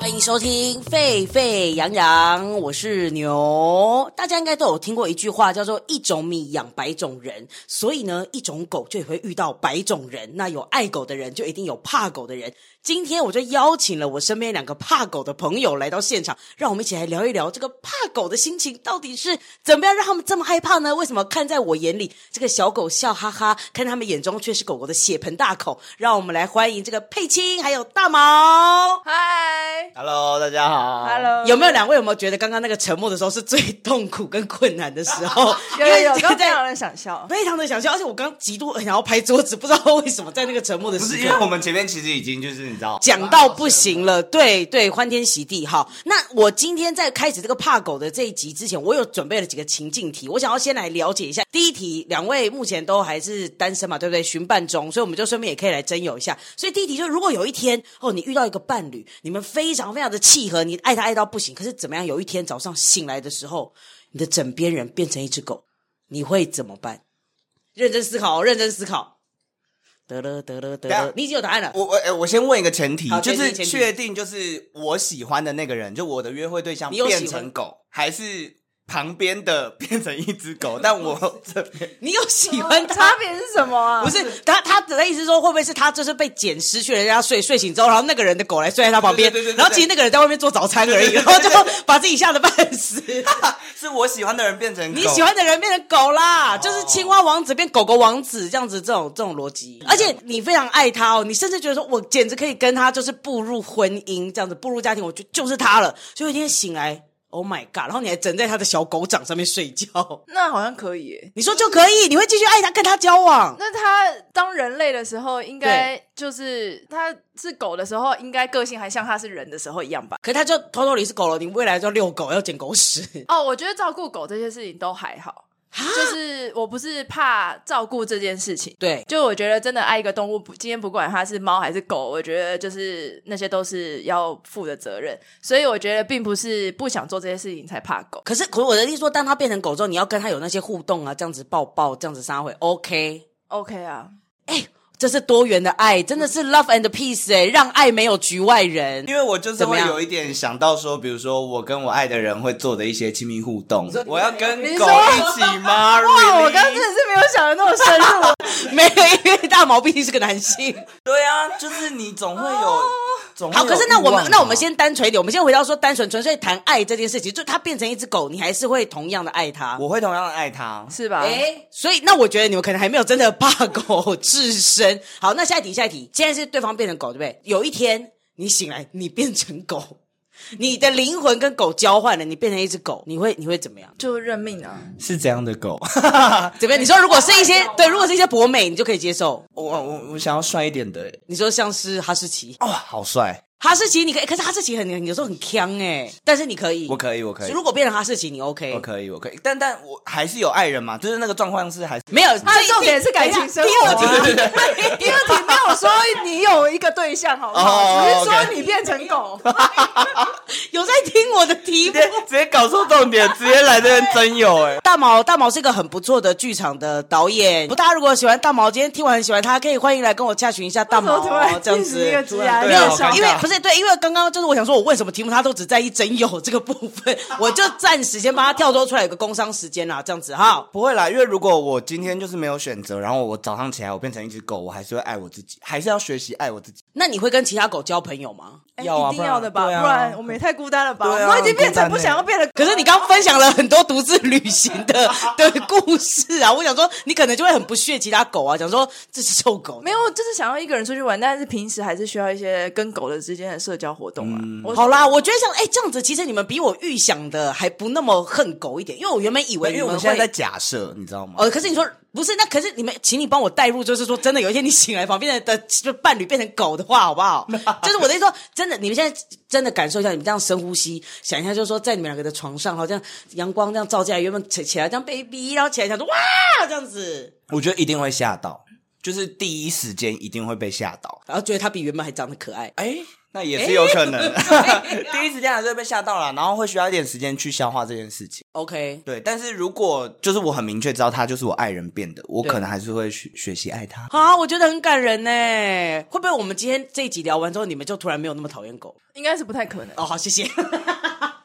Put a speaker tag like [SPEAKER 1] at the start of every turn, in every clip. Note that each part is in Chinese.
[SPEAKER 1] 欢迎收听《沸沸扬扬》，我是牛。大家应该都有听过一句话，叫做“一种米养百种人”。所以呢，一种狗就也会遇到百种人。那有爱狗的人，就一定有怕狗的人。今天我就邀请了我身边两个怕狗的朋友来到现场，让我们一起来聊一聊这个怕狗的心情到底是怎么样让他们这么害怕呢？为什么看在我眼里，这个小狗笑哈哈，看在他们眼中却是狗狗的血盆大口？让我们来欢迎这个佩青还有大毛。
[SPEAKER 2] 嗨
[SPEAKER 3] Hello，大家好。
[SPEAKER 2] ，Hello，
[SPEAKER 1] 有没有两位有没有觉得刚刚那个沉默的时候是最痛苦跟困难的时候？
[SPEAKER 2] 有有有，
[SPEAKER 1] 因为
[SPEAKER 2] 刚刚有
[SPEAKER 1] 在
[SPEAKER 2] 人想笑，
[SPEAKER 1] 非常的想笑，而且我刚极度很想要拍桌子，不知道为什么在那个沉默的
[SPEAKER 3] 不
[SPEAKER 1] 时
[SPEAKER 3] 是因为
[SPEAKER 1] 刻。
[SPEAKER 3] 我们前面其实已经就是你知道
[SPEAKER 1] 讲到不行了，对对，欢天喜地。好，那我今天在开始这个怕狗的这一集之前，我有准备了几个情境题，我想要先来了解一下。第一题，两位目前都还是单身嘛，对不对？寻伴中，所以我们就顺便也可以来征友一下。所以第一题就是，如果有一天哦，你遇到一个伴侣，你们非常非常的契合，你爱他爱到不行，可是怎么样？有一天早上醒来的时候，你的枕边人变成一只狗，你会怎么办？认真思考哦，认真思考。得了得了得
[SPEAKER 3] 等一
[SPEAKER 1] 了
[SPEAKER 3] 下，
[SPEAKER 1] 你已经有答案了。
[SPEAKER 3] 我我哎我先问一个前提
[SPEAKER 1] 好，
[SPEAKER 3] 就
[SPEAKER 1] 前
[SPEAKER 3] 是
[SPEAKER 1] 提前提
[SPEAKER 3] 确定就是我喜欢的那个人，就我的约会对象
[SPEAKER 1] 你有喜欢
[SPEAKER 3] 变成狗，还是旁边的变成一只 狗？但我这边
[SPEAKER 1] 你有喜欢 他
[SPEAKER 2] 差别是什么啊？
[SPEAKER 1] 不是他，他的意思是说，会不会是他就是被捡失去了，人家睡睡醒之后，然后那个人的狗来睡在他旁边
[SPEAKER 3] 对对对对，对
[SPEAKER 1] 然后其实那个人在外面做早餐而 已，
[SPEAKER 3] 对对对
[SPEAKER 1] 然后就把自己吓得半 死。
[SPEAKER 3] 是我喜欢的人变成狗。
[SPEAKER 1] 你喜欢的人变成狗啦，
[SPEAKER 3] 哦
[SPEAKER 1] 就是青蛙王子变狗狗王子这样子，这种这种逻辑。而且你非常爱他哦，你甚至觉得说我简直可以跟他就是步入婚姻这样子，步入家庭，我就就是他了。所以有一天醒来，Oh my god！然后你还枕在他的小狗掌上面睡觉，
[SPEAKER 2] 那好像可以耶。
[SPEAKER 1] 你说就可以，你会继续爱他，跟他交往。
[SPEAKER 2] 那他当人类的时候，应该就是他是狗的时候，应该个性还像他是人的时候一样吧？
[SPEAKER 1] 可是他就偷偷你是狗了，你未来就要遛狗，要捡狗屎。
[SPEAKER 2] 哦，我觉得照顾狗这些事情都还好，就是我不是怕照顾这件事情。
[SPEAKER 1] 对，
[SPEAKER 2] 就我觉得真的爱一个动物，不今天不管它是猫还是狗，我觉得就是那些都是要负的责任。所以我觉得并不是不想做这些事情才怕狗。
[SPEAKER 1] 可是可是我的意思说，当他变成狗之后，你要跟他有那些互动啊，这样子抱抱，这样子撒回，OK，
[SPEAKER 2] OK 啊，
[SPEAKER 1] 这是多元的爱，真的是 love and peace 哎、让爱没有局外人。
[SPEAKER 3] 因为我就是
[SPEAKER 1] 怎么
[SPEAKER 3] 会
[SPEAKER 1] 样
[SPEAKER 3] 有一点想到说，比如说我跟我爱的人会做的一些亲密互动，我要跟
[SPEAKER 2] 你
[SPEAKER 3] 狗
[SPEAKER 2] 说
[SPEAKER 3] 一起 吗？
[SPEAKER 2] 哇，
[SPEAKER 3] Really？
[SPEAKER 2] 我刚刚真的是没有想的那么深 入。
[SPEAKER 1] 没有，因为大毛毕竟是个男性。
[SPEAKER 3] 对啊，就是你总会有总会
[SPEAKER 1] 哦好，
[SPEAKER 3] 有
[SPEAKER 1] 可是那我
[SPEAKER 3] 欲望啊
[SPEAKER 1] 们
[SPEAKER 3] 嘛
[SPEAKER 1] 那我们先单纯一点，我们先回到说单纯纯粹谈爱这件事情，就他变成一只狗，你还是会同样的爱他。
[SPEAKER 3] 我会同样的爱他，
[SPEAKER 2] 是吧？
[SPEAKER 1] 哎，所以那我觉得你们可能还没有真的怕狗至深。 好，那下一题，下一题，现在是对方变成狗，对不对？有一天你醒来，你变成狗， 你的灵魂跟狗交换了，你变成一只狗，你会你会怎么样？
[SPEAKER 2] 就认命啊！
[SPEAKER 3] 是怎样的狗？
[SPEAKER 1] 怎么样？你说如果是一 些对，如果是一些博美，你就可以接受。
[SPEAKER 3] 我我我想要帅一点的，
[SPEAKER 1] 你说像是哈士奇，
[SPEAKER 3] 哦，好帅！
[SPEAKER 1] 哈士奇你可以，可是哈士奇很有时候很呛哎、但是你可以，
[SPEAKER 3] 我可以，我可以，
[SPEAKER 1] 如果变成哈士奇，你 OK，,
[SPEAKER 3] 我可以，我可以，但但我还是有爱人嘛，就是那个状况是还是
[SPEAKER 1] 没有，
[SPEAKER 2] 他的
[SPEAKER 1] 这一
[SPEAKER 2] 重点是感情生活啊
[SPEAKER 1] 第二题，
[SPEAKER 2] 第二题没有说你有一个对象，好不好？
[SPEAKER 3] 哦
[SPEAKER 2] 只是说
[SPEAKER 3] OK
[SPEAKER 2] 你变成狗，
[SPEAKER 1] 有在听我的题
[SPEAKER 3] 直
[SPEAKER 1] 目
[SPEAKER 3] 接直接搞错重点，直接来这边真有 哎、
[SPEAKER 1] 大毛，大毛是一个很不错的剧场的导演。不，大家如果喜欢大毛，今天听完很喜欢他，可以欢迎来跟我洽询一下大
[SPEAKER 2] 怎么
[SPEAKER 1] 毛
[SPEAKER 2] 突然
[SPEAKER 1] 这样
[SPEAKER 2] 进行一个
[SPEAKER 1] 子。
[SPEAKER 2] 直男
[SPEAKER 3] 对啊
[SPEAKER 2] 的
[SPEAKER 3] 好尴尬
[SPEAKER 1] 因为不是对，因为刚刚就是我想说，我问什么题目，他都只在意真有这个部分，我就暂时先帮他跳脱出来，有个工伤时间啦，这样子哈。
[SPEAKER 3] 不会啦，因为如果我今天就是没有选择，然后我早上起来我变成一只狗，我还是会爱我自己，还是要学习爱我自己。
[SPEAKER 1] 那你会跟其他狗交朋友吗？
[SPEAKER 2] 哎
[SPEAKER 3] 要啊
[SPEAKER 2] 一定要的吧？
[SPEAKER 3] 不然对啊
[SPEAKER 2] 不然我们也太孤单了吧？我
[SPEAKER 3] 对啊
[SPEAKER 2] 们都已经变成不想要变的狗。
[SPEAKER 1] 可是你刚分享了很多独自旅行的的故事啊，我想说你可能就会很不屑其他狗啊，想说这是臭狗，
[SPEAKER 2] 没有，就是想要一个人出去玩，但是平时还是需要一些跟狗的之间的社交活动啊。
[SPEAKER 3] 嗯
[SPEAKER 2] 我
[SPEAKER 1] 好啦，我觉得像哎、这样子，其实你们比我预想的还不那么恨狗一点，因为我原本以为
[SPEAKER 3] 因
[SPEAKER 1] 你
[SPEAKER 3] 为我
[SPEAKER 1] 们
[SPEAKER 3] 们哦现在在
[SPEAKER 1] 会。
[SPEAKER 3] 假设，你知道吗？
[SPEAKER 1] 呃，可是你说不是，那可是你们，请你帮我代入，就是说，真的有一天你醒来，旁边的的就伴侣变成狗的话，好不好？就是我的意思说，真的，你们现在真的感受一下，你们这样深呼吸，想一下，就是说，在你们两个的床上，好像阳光这样照进来，原本起起来这样 baby，然后起来想说哇，这样子，
[SPEAKER 3] 我觉得一定会吓到，就是第一时间一定会被吓到。
[SPEAKER 1] 然后觉得他比原本还长得可爱。
[SPEAKER 3] 哎，那也是有可 能。第一时间还是会被吓到了，然后会需要一点时间去消化这件事情。
[SPEAKER 1] OK，
[SPEAKER 3] 对，但是如果就是我很明确知道他就是我爱人变的，我
[SPEAKER 1] 对
[SPEAKER 3] 可能还是会学学习爱他。
[SPEAKER 1] 啊，我觉得很感人呢。会不会我们今天这一集聊完之后，你们就突然没有那么讨厌狗？
[SPEAKER 2] 应该是不太可能。
[SPEAKER 1] 哦，好，谢谢。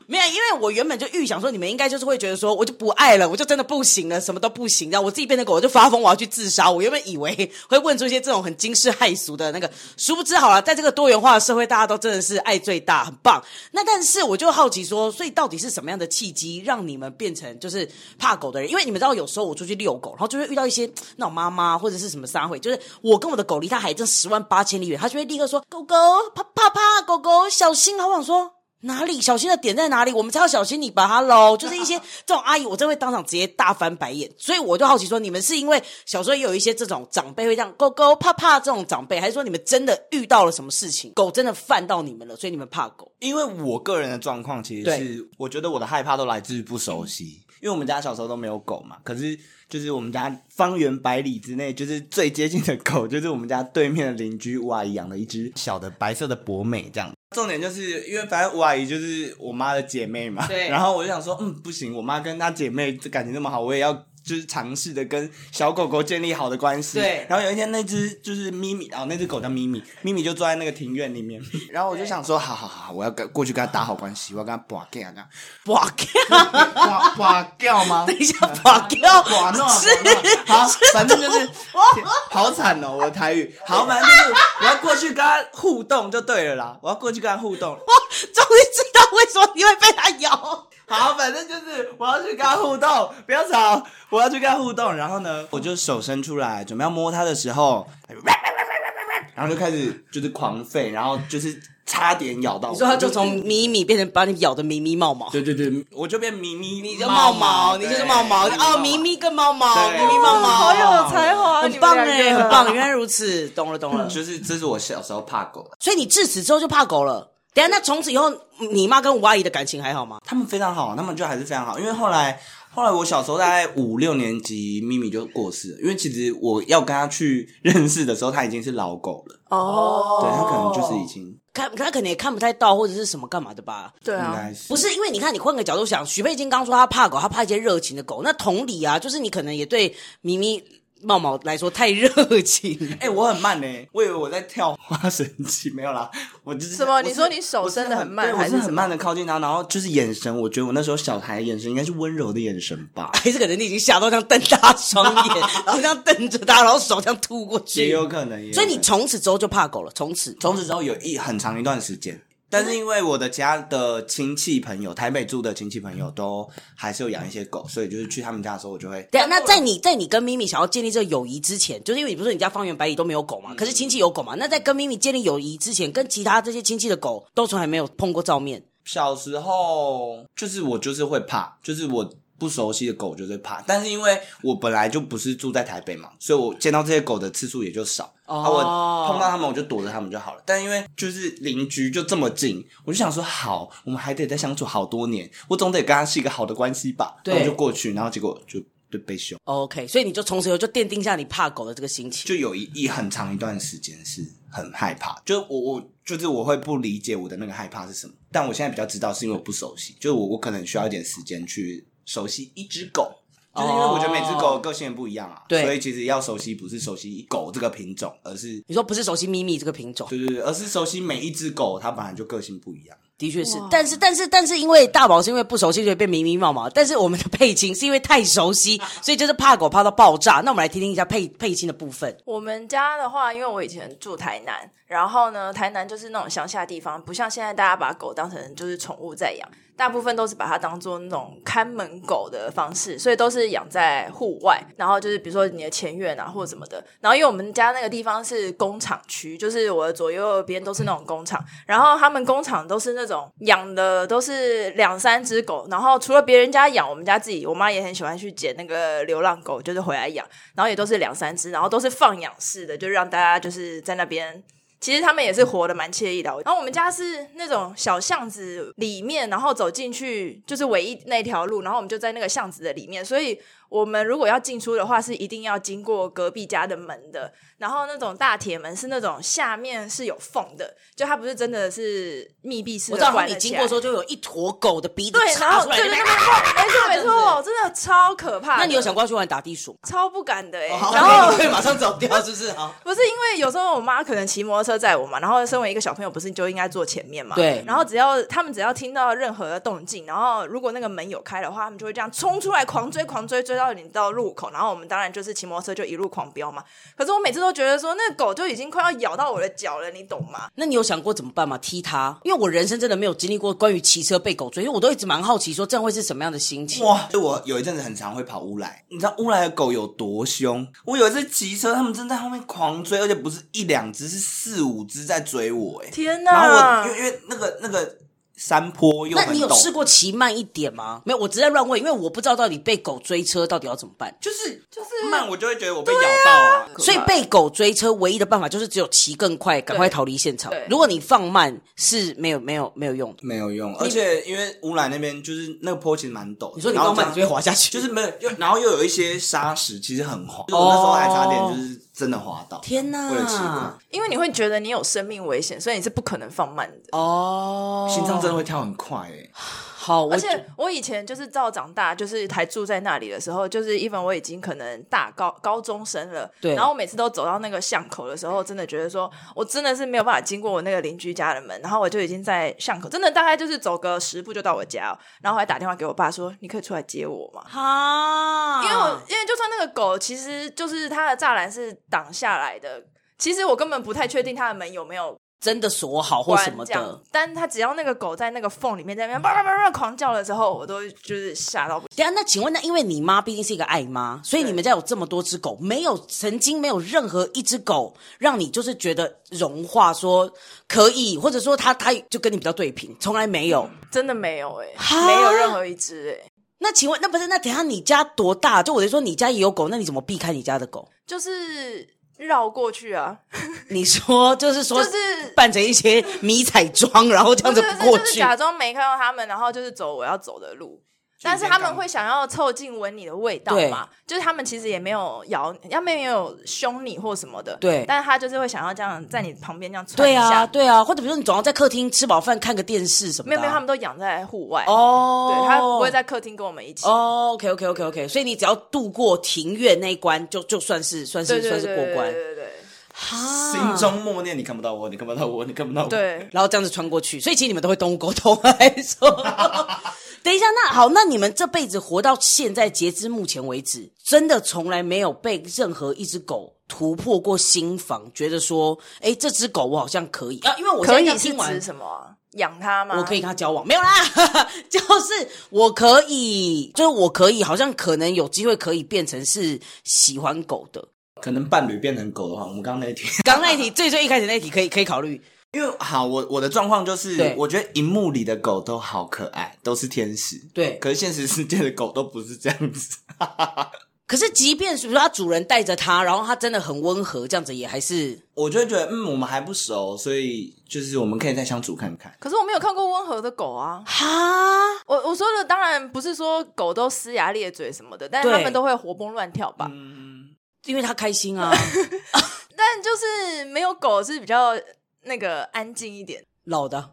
[SPEAKER 1] 没有，因为我原本就预想说，你们应该就是会觉得说，我就不爱了，我就真的不行了，什么都不行，然后我自己变成狗，我就发疯，我要去自杀。我原本以为 会问出一些这种很惊世骇俗的那个，殊不知好了，在这个多元化的社会，大家都真的是爱最大，很棒。那但是我就好奇说，所以到底是什么样的契机让你们变成就是怕狗的人？因为你们知道，有时候我出去遛狗，然后就会遇到一些那种妈妈或者是什么撒会，就是我跟我的狗离它还真十万八千里远，它就会立刻说：“狗狗，啪啪啪，狗狗小心！”好想说。哪里小心的点在哪里？我们才要小心你吧，Hello，就是一 些这种阿姨，我真会当场直接大翻白眼。所以我就好奇说，你们是因为小时候也有一些这种长辈会这样狗狗怕怕这种长辈，还是说你们真的遇到了什么事情，狗真的犯到你们了，所以你们怕狗？
[SPEAKER 3] 因为我个人的状况其实
[SPEAKER 1] 对
[SPEAKER 3] 是，我觉得我的害怕都来自于不熟悉，因为我们家小时候都没有狗嘛。可是就是我们家方圆百里之内，就是最接近的狗，就是我们家对面的邻居吴阿姨养的一只小的白色的博美这样。重点就是因为反正吴阿姨就是我妈的姐妹嘛，
[SPEAKER 1] 对
[SPEAKER 3] 然后我就想说，嗯，不行，我妈跟她姐妹这感情那么好，我也要。就是尝试的跟小狗狗建立好的关系，
[SPEAKER 1] 对
[SPEAKER 3] 然后有一天，那只就是咪咪，哦，那只狗叫咪咪，咪咪就坐在那个庭院里面，然后我就想说，好好好，我要跟过去跟他打好关系，我要跟他拔掉，跟
[SPEAKER 1] 哇
[SPEAKER 3] 他拔拔掉吗？
[SPEAKER 1] 等一下，拔 掉
[SPEAKER 3] 拔弄
[SPEAKER 1] 是
[SPEAKER 3] 好，反正就是好惨哦，我的台语，好，反正就是我要过去跟他互动就对了啦，我要过去跟他互动，
[SPEAKER 1] 终于知道为什么你会被它咬。
[SPEAKER 3] 好，反正就是我要去跟他互动，不要吵，我要去跟他互动。然后呢，我就手伸出来，准备要摸他的时候，然后就开始就是狂吠，然后就是差点咬到我。
[SPEAKER 1] 你说它就从咪咪变成把你咬的咪咪冒毛，
[SPEAKER 3] 对对对，我就变咪咪，
[SPEAKER 1] 你就冒毛，你
[SPEAKER 3] 对
[SPEAKER 1] 就是冒毛哦，咪咪跟冒毛，咪
[SPEAKER 3] 对
[SPEAKER 1] 咪冒毛，
[SPEAKER 2] 哦好有才华，啊
[SPEAKER 1] 很
[SPEAKER 2] 你们
[SPEAKER 1] 棒
[SPEAKER 2] 两
[SPEAKER 1] 哎、
[SPEAKER 3] 欸
[SPEAKER 2] 个
[SPEAKER 1] 很棒，原来如此，懂了懂了。
[SPEAKER 3] 就是这是我小时候怕狗，
[SPEAKER 1] 所以你自此之后就怕狗了。等一下，那从此以后，你妈跟吴阿姨的感情还好吗？
[SPEAKER 3] 他们非常好，他们就还是非常好，因为后来。后来我小时候大概五六年级，咪咪就过世了。因为其实我要跟他去认识的时候，他已经是老狗了，
[SPEAKER 2] 哦，
[SPEAKER 3] 对他可能就是已经
[SPEAKER 1] 看，她可能也看不太到，或者是什么干嘛的吧？
[SPEAKER 2] 对
[SPEAKER 3] 应
[SPEAKER 2] 啊
[SPEAKER 3] 该，是
[SPEAKER 1] 不是，因为你看，你换个角度想，许佩金刚说她怕狗，她怕一些热情的狗。那同理啊，就是你可能也对咪咪茂茂来说太热情。
[SPEAKER 3] 哎、我很慢呢、我以为我在跳 花神器，没有啦，我就是
[SPEAKER 2] 什么
[SPEAKER 3] 我是
[SPEAKER 2] 你说你手伸得很慢
[SPEAKER 3] 我是
[SPEAKER 2] 还
[SPEAKER 3] 很
[SPEAKER 2] 是
[SPEAKER 3] 对我
[SPEAKER 2] 什
[SPEAKER 3] 很
[SPEAKER 2] 么
[SPEAKER 3] 慢的靠近他，然后就是眼神，我觉得我那时候小孩眼神应该是温柔的眼神吧，
[SPEAKER 1] 还是可能你已经吓到这样瞪大双眼， 然后这样瞪着他，然后手这样吐过
[SPEAKER 3] 也
[SPEAKER 1] 去。
[SPEAKER 3] 有可能。也有
[SPEAKER 1] 所以
[SPEAKER 3] 可
[SPEAKER 1] 你
[SPEAKER 3] 能
[SPEAKER 1] 从此之后就怕狗了，从此
[SPEAKER 3] 从此之后有一很长一段时间，但是因为我的家的亲戚朋友，台北住的亲戚朋友都还是有养一些狗，所以就是去他们家的时候，我就会
[SPEAKER 1] 对啊，那在你在你跟咪咪想要建立这个友谊之前，就是因为你不是说你家方圆百里都没有狗嘛，
[SPEAKER 2] 嗯
[SPEAKER 1] 可是亲戚有狗嘛。那在跟咪咪建立友谊之前，跟其他这些亲戚的狗都从来没有碰过照面。
[SPEAKER 3] 小时候就是我就是会怕，就是我不熟悉的狗就是会怕，但是因为我本来就不是住在台北嘛，所以我见到这些狗的次数也就少。
[SPEAKER 1] 哦
[SPEAKER 3] 啊，我碰到它们我就躲着它们就好了。但因为就是邻居就这么近，我就想说好，我们还得再相处好多年，我总得跟它是一个好的关系吧。
[SPEAKER 1] 对
[SPEAKER 3] 那我就过去，然后结果就就被凶，
[SPEAKER 1] OK，所以你就从此以后就奠定下你怕狗的这个心情。
[SPEAKER 3] 就有一一很长一段时间是很害怕，就是我我就是我会不理解我的那个害怕是什么，但我现在比较知道是因为我不熟悉，就是我我可能需要一点时间去熟悉一只狗。就是因为我觉得每只狗的个性也不一样啊，
[SPEAKER 2] 哦
[SPEAKER 1] 对
[SPEAKER 3] 所以其实要熟悉不是熟悉狗这个品种，而是
[SPEAKER 1] 你说不是熟悉咪咪这个品种，
[SPEAKER 3] 对对对，而是熟悉每一只狗它本来就个性不一样。
[SPEAKER 1] 的确是
[SPEAKER 2] 哇，
[SPEAKER 1] 但是但是但是因为大宝是因为不熟悉，所以变迷迷毛毛。但是我们的佩青是因为太熟 悉，所以就是怕狗怕到爆炸。那我们来听听一下佩佩青的部分。
[SPEAKER 2] 我们家的话，因为我以前住台南，然后呢，台南就是那种乡下地方，不像现在大家把狗当成就是宠物在养，大部分都是把它当做那种看门狗的方式，所以都是养在户外，然后就是比如说你的前院啊或者什么的。然后因为我们家那个地方是工厂区，就是我的左右边都是那种工厂，然后他们工厂都是那种养的都是两三只狗，然后除了别人家养，我们家自己，我妈也很喜欢去捡那个流浪狗，就是回来养，然后也都是两三只，然后都是放养式的，就让大家就是在那边。其实他们也是活得蛮惬意的。然后我们家是那种小巷子里面，然后走进去就是唯一那条路，然后我们就在那个巷子的里面，所以我我们如果要进出的话，是一定要经过隔壁家的门的。然后那种大铁门是那种下面是有缝的，就它不是真的是密闭式
[SPEAKER 1] 我
[SPEAKER 2] 的
[SPEAKER 1] 知道，
[SPEAKER 2] 关
[SPEAKER 1] 你
[SPEAKER 2] 了起
[SPEAKER 1] 经
[SPEAKER 2] 来
[SPEAKER 1] 过的时候就有一坨狗的鼻子
[SPEAKER 2] 对，然
[SPEAKER 1] 插
[SPEAKER 2] 后
[SPEAKER 1] 出
[SPEAKER 2] 对
[SPEAKER 1] 来，
[SPEAKER 2] 对对，没错没错，真的超可怕的。
[SPEAKER 1] 那你有想过哦要去玩打地鼠吗？
[SPEAKER 2] 超不敢的哎、
[SPEAKER 3] 好
[SPEAKER 2] 然后
[SPEAKER 3] 你会马上走掉，是不是？好，
[SPEAKER 2] 不是因为有时候我妈可能骑摩托车载我嘛，然后身为一个小朋友，不是就应该坐前面嘛？
[SPEAKER 1] 对
[SPEAKER 2] 然后只要他们只要听到任何的动静，然后如果那个门有开的话，他们就会这样冲出来狂追狂追，追到你到路口，然后我们当然就是骑摩托车就一路狂飙嘛。可是我每次都觉得说，那个狗就已经快要咬到我的脚了，你懂吗？
[SPEAKER 1] 那你有想过怎么办吗？踢它？因为我人生真的没有经历过关于骑车被狗追，因为我都一直蛮好奇，说这样会是什么样的心情？
[SPEAKER 3] 哇！就我有一阵子很常会跑乌来，你知道乌来的狗有多凶？我有一次骑车，他们正在后面狂追，而且不是一两只，是四五只在追我、哎，
[SPEAKER 2] 天
[SPEAKER 3] 然
[SPEAKER 2] 哪！
[SPEAKER 3] 后我因为因为那个那个山坡又
[SPEAKER 1] 那
[SPEAKER 3] 很陡，
[SPEAKER 1] 你有试过骑慢一点吗？没有，我只是在乱问，因为我不知道到底被狗追车到底要怎么办。
[SPEAKER 3] 就是就是慢，我就会觉得我被咬到啊。
[SPEAKER 1] 所以被狗追车唯一的办法就是只有骑更快，赶快逃离现场
[SPEAKER 2] 对。
[SPEAKER 1] 如果你放慢是没有没有没有用的。
[SPEAKER 3] 没有用，而且因为乌来那边就是那个坡其实蛮陡的，
[SPEAKER 1] 你说你
[SPEAKER 3] 然后
[SPEAKER 1] 放慢，你
[SPEAKER 3] 这
[SPEAKER 1] 就
[SPEAKER 3] 样
[SPEAKER 1] 会滑下去，
[SPEAKER 3] 就是没有，又然后又有一些沙石，其实很滑。就是我那时候还差点就是真的滑倒。
[SPEAKER 1] 天哪
[SPEAKER 3] 为了骑快，
[SPEAKER 2] 因为你会觉得你有生命危险，所以你是不可能放慢的。
[SPEAKER 1] 哦，
[SPEAKER 3] 心脏真的会跳很快哎。
[SPEAKER 1] 好，我
[SPEAKER 2] 而且我以前就是照长大，就是还住在那里的时候，就是 even 我已经可能大高高中生了，
[SPEAKER 1] 对
[SPEAKER 2] 然后我每次都走到那个巷口的时候，真的觉得说我真的是没有办法经过我那个邻居家的门，然后我就已经在巷口，真的大概就是走个十步就到我家哦，然后我还打电话给我爸说，你可以出来接我吗？
[SPEAKER 1] 哈，
[SPEAKER 2] 因为我因为就算那个狗，其实就是它的栅栏是挡下来的，其实我根本不太确定它的门有没有
[SPEAKER 1] 真的锁好或什
[SPEAKER 2] 关
[SPEAKER 1] 么
[SPEAKER 2] 这样
[SPEAKER 1] 的。，
[SPEAKER 2] 但他只要那个狗在那个缝里面在那边叭叭叭叭狂叫的时候，我都就是吓到不行。
[SPEAKER 1] 对啊，那请问，那因为你妈毕竟是一个爱妈，所以
[SPEAKER 2] 对
[SPEAKER 1] 你们家有这么多只狗，没有曾经没有任何一只狗让你就是觉得融化说可以，或者说它它就跟你比较对平，从来没有。
[SPEAKER 2] 真的没有哎、
[SPEAKER 1] 哈
[SPEAKER 2] 没有任何一只哎、
[SPEAKER 1] 那请问，那不是那等一下你家多大？就我就说你家也有狗，那你怎么避开你家的狗？
[SPEAKER 2] 就是绕过去啊，
[SPEAKER 1] 你说就是说，
[SPEAKER 2] 就是
[SPEAKER 1] 扮成一些迷彩装，然后这样
[SPEAKER 2] 不
[SPEAKER 1] 子
[SPEAKER 2] 是不是
[SPEAKER 1] 过
[SPEAKER 2] 就是
[SPEAKER 1] 去。
[SPEAKER 2] 假装没看到他们，然后就是走我要走的路。但是他们会想要凑近闻你的味道嘛？就是他们其实也没有咬，他们也没有凶你或什么的。
[SPEAKER 1] 对
[SPEAKER 2] 但是他就是会想要这样在你旁边这样窜
[SPEAKER 1] 对
[SPEAKER 2] 一下。
[SPEAKER 1] 啊，对啊，或者比如说你总要在客厅吃饱饭看个电视什么
[SPEAKER 2] 没
[SPEAKER 1] 的啊、
[SPEAKER 2] 有没有，他们都养在户外。，
[SPEAKER 1] 哦，
[SPEAKER 2] 对他不会在客厅跟我们一起。
[SPEAKER 1] 哦，OK OK OK OK，所以你只要度过庭院那一关，就就算是算是
[SPEAKER 2] 对对
[SPEAKER 1] 算是
[SPEAKER 2] 对
[SPEAKER 1] 过
[SPEAKER 2] 对
[SPEAKER 1] 关，
[SPEAKER 2] 对对对。
[SPEAKER 1] 哈
[SPEAKER 3] 心，中默念你看不到我，你看不到我，你看不到我。，
[SPEAKER 2] 对，
[SPEAKER 1] 然后这样子穿过去，所以其实你们都会动物沟通来说。 等一下，那好，那你们这辈子活到现在，截至目前为止，真的从来没有被任何一只狗突破过心房，觉得说，哎，这只狗我好像可以啊，因为我现
[SPEAKER 2] 可
[SPEAKER 1] 在这
[SPEAKER 2] 以
[SPEAKER 1] 样
[SPEAKER 2] 是
[SPEAKER 1] 听完
[SPEAKER 2] 指，什么啊？养它吗？
[SPEAKER 1] 我可以跟他交往，没有啦， 就是我可以，就是我可以，好像可能有机会可以变成是喜欢狗的。
[SPEAKER 3] 可能伴侣变成狗的话，我们刚刚那一 题，
[SPEAKER 1] 刚那一题最最一开始那一题可以可以考虑，
[SPEAKER 3] 因为好，我我的状况就是
[SPEAKER 1] 对，
[SPEAKER 3] 我觉得荧幕里的狗都好可爱，都是天使。
[SPEAKER 1] 对
[SPEAKER 3] 可是现实世界的狗都不是这样子。
[SPEAKER 1] 可是即便是比如说它主人带着它，然后它真的很温和，这样子也还是
[SPEAKER 3] 我就会觉得，嗯，我们还不熟，所以就是我们可以再相处看看。
[SPEAKER 2] 可是我没有看过温和的狗啊。
[SPEAKER 1] 哈，
[SPEAKER 2] 我我说的当然不是说狗都呲牙咧嘴什么的，但是
[SPEAKER 1] 对
[SPEAKER 2] 它们都会活蹦乱跳吧。
[SPEAKER 3] 嗯，
[SPEAKER 1] 因为它开心 啊，
[SPEAKER 2] 但就是没有狗是比较那个安静一 点，
[SPEAKER 1] 老的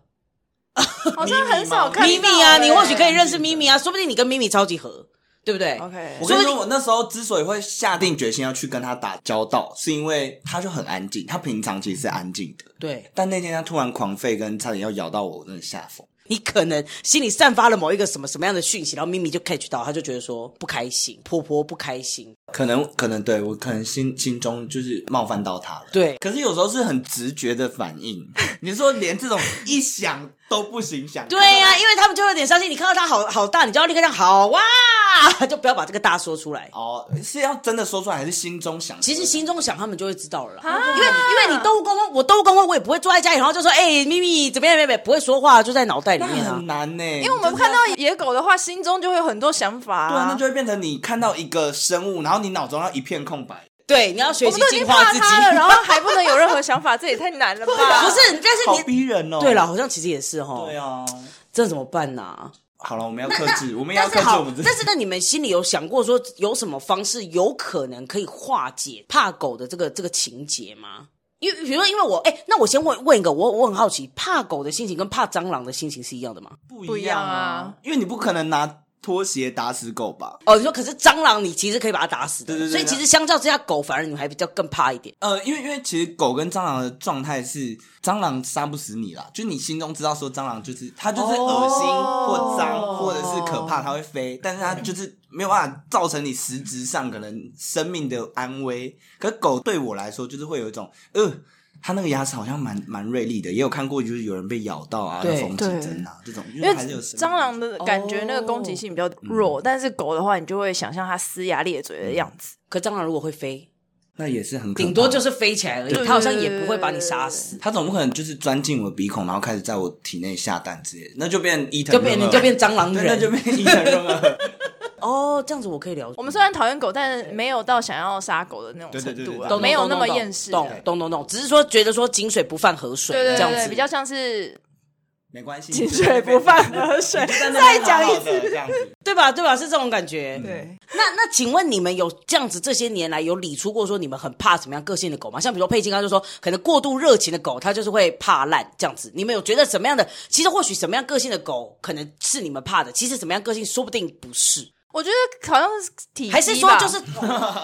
[SPEAKER 1] 啊
[SPEAKER 2] 好像很少看到
[SPEAKER 1] 咪咪啊，
[SPEAKER 2] 欸
[SPEAKER 1] 你或许可以认识咪咪啊，说不定你跟咪咪超级合，对不对
[SPEAKER 2] OK
[SPEAKER 3] 我跟你说，我那时候之所以会下定决心要去跟他打交道，是因为他就很安静，他平常其实是安静的，
[SPEAKER 1] 对
[SPEAKER 3] 但那天他突然狂吠，跟差点要咬到我，我真的吓疯。
[SPEAKER 1] 你可能心里散发了某一个什么什么样的讯息，然后咪咪就 catch 到，他就觉得说不开心，婆婆不开心，
[SPEAKER 3] 可能可能对我可能心心中就是冒犯到他了，。
[SPEAKER 1] 对，
[SPEAKER 3] 可是有时候是很直觉的反 应，你说连这种一想都不行想，
[SPEAKER 1] 对啊呀、因为他们就有点伤心。你看到它好好大，你就要立刻这样好哇， 就不要把这个大说出来。
[SPEAKER 3] 哦，是要真的说出来，还是心中想？
[SPEAKER 1] 其实心中想，他们就会知道了啦。
[SPEAKER 2] 啊，
[SPEAKER 1] 因为因为你动物沟通，我动物沟通，我也不会坐在家里，然后就说，哎、咪咪怎么样，妹妹不会说话，就在脑袋里
[SPEAKER 3] 那
[SPEAKER 1] 面啊
[SPEAKER 3] 很。难呢、因
[SPEAKER 2] 因为我们看到野狗的话，心中就会有很多想法、
[SPEAKER 3] 对啊，那就会变成你看到一个生物，然后你脑中要一片空白。
[SPEAKER 1] 对，你要学
[SPEAKER 2] 我
[SPEAKER 1] 习
[SPEAKER 2] 们都已
[SPEAKER 1] 进
[SPEAKER 2] 经
[SPEAKER 1] 化
[SPEAKER 2] 怕
[SPEAKER 1] 自己。
[SPEAKER 2] 它了，然后还不能有任 何想法，这也太难了吧？
[SPEAKER 1] 不是，但是啊
[SPEAKER 3] 好
[SPEAKER 1] 你
[SPEAKER 3] 逼人哦。
[SPEAKER 1] 对了，好像其实也是哈。
[SPEAKER 3] 对啊，
[SPEAKER 1] 这怎么办呢、
[SPEAKER 3] 好了，我们要克制，我们也要
[SPEAKER 1] 但
[SPEAKER 3] 克
[SPEAKER 1] 是
[SPEAKER 3] 制我
[SPEAKER 1] 好
[SPEAKER 3] 们自，己
[SPEAKER 1] 但。是那你们心里有想过说有什么方式有可能可以化解怕狗的这个这个情节吗？因为比如说，因为我哎、那我先问问一个，我我很好奇，怕狗的心情跟怕蟑螂的心情是一样的吗？
[SPEAKER 3] 不
[SPEAKER 2] 不
[SPEAKER 3] 一
[SPEAKER 2] 一
[SPEAKER 3] 样
[SPEAKER 2] 样啊，
[SPEAKER 3] 因为你不可能拿拖鞋打死狗吧？
[SPEAKER 1] 哦，你说可是蟑螂你其实可以把它打死的，
[SPEAKER 3] 对对对
[SPEAKER 1] 所以其实相较之下，狗反而你们还比较更怕一点。
[SPEAKER 3] 呃，因为因为其实狗跟蟑螂的状态是，蟑螂杀不死你啦，就你心中知道说蟑螂就是它就是恶心
[SPEAKER 2] 哦
[SPEAKER 3] 或脏或者是可怕，它会飞，但是它就是没有办法造成你实质上可能生命的安危。可是狗对我来说就是会有一种，呃，它那个牙齿好像蛮蛮锐利的，也有看过就是有人被咬到啊，
[SPEAKER 1] 对
[SPEAKER 3] 有缝
[SPEAKER 2] 对
[SPEAKER 3] 几针啊这种，因
[SPEAKER 2] 因为
[SPEAKER 3] 还是有生命
[SPEAKER 2] 蟑螂的
[SPEAKER 1] 哦
[SPEAKER 2] 感觉那个攻击性比较
[SPEAKER 1] 嗯
[SPEAKER 2] 弱，但是狗的话，你就会想象它呲牙咧嘴的样子。
[SPEAKER 1] 可蟑螂如果会飞，
[SPEAKER 3] 那也是很可怕
[SPEAKER 1] 顶多就是飞起来而已，
[SPEAKER 2] 对
[SPEAKER 1] 它好像也不会把你杀死，
[SPEAKER 3] 它总不可能就是钻进我的鼻孔，然后开始在我体内下蛋之类的，那就变伊藤
[SPEAKER 1] 就变
[SPEAKER 3] 润
[SPEAKER 1] 你
[SPEAKER 3] 二
[SPEAKER 1] 就变蟑螂
[SPEAKER 3] 对，那就
[SPEAKER 1] 人。
[SPEAKER 3] 变伊藤润二。
[SPEAKER 1] 哦，这样子我可以了解。
[SPEAKER 2] 我们虽然讨厌狗，但没有到想要杀狗的那种
[SPEAKER 3] 对对
[SPEAKER 2] 程
[SPEAKER 3] 对
[SPEAKER 2] 度
[SPEAKER 3] 对
[SPEAKER 2] 啊，
[SPEAKER 3] 对
[SPEAKER 1] 懂
[SPEAKER 2] 没有那么
[SPEAKER 1] 懂
[SPEAKER 2] 厌世啊的。
[SPEAKER 1] 懂懂懂懂，只是说觉得说井水不犯河水
[SPEAKER 2] 对对
[SPEAKER 1] 这样
[SPEAKER 2] 对，对
[SPEAKER 1] 子
[SPEAKER 2] 比较像是
[SPEAKER 3] 没关 系，
[SPEAKER 2] 井水不犯河水。
[SPEAKER 3] 再
[SPEAKER 2] 讲一
[SPEAKER 3] 次这样子。
[SPEAKER 1] 对吧？对吧？是这种感觉。
[SPEAKER 2] 对，
[SPEAKER 1] 那那请问你们有这样子这些年来有理出过说你们很怕什么样个性的狗吗？像比如说佩金刚刚就说，可能过度热情的狗，它就是会怕烂这样子。你们有觉得什么样的？其实或许什么样个性的狗可能是你们怕的，其实什么样个性说不定不是，
[SPEAKER 2] 我觉得好像是体积吧
[SPEAKER 1] 还是说就是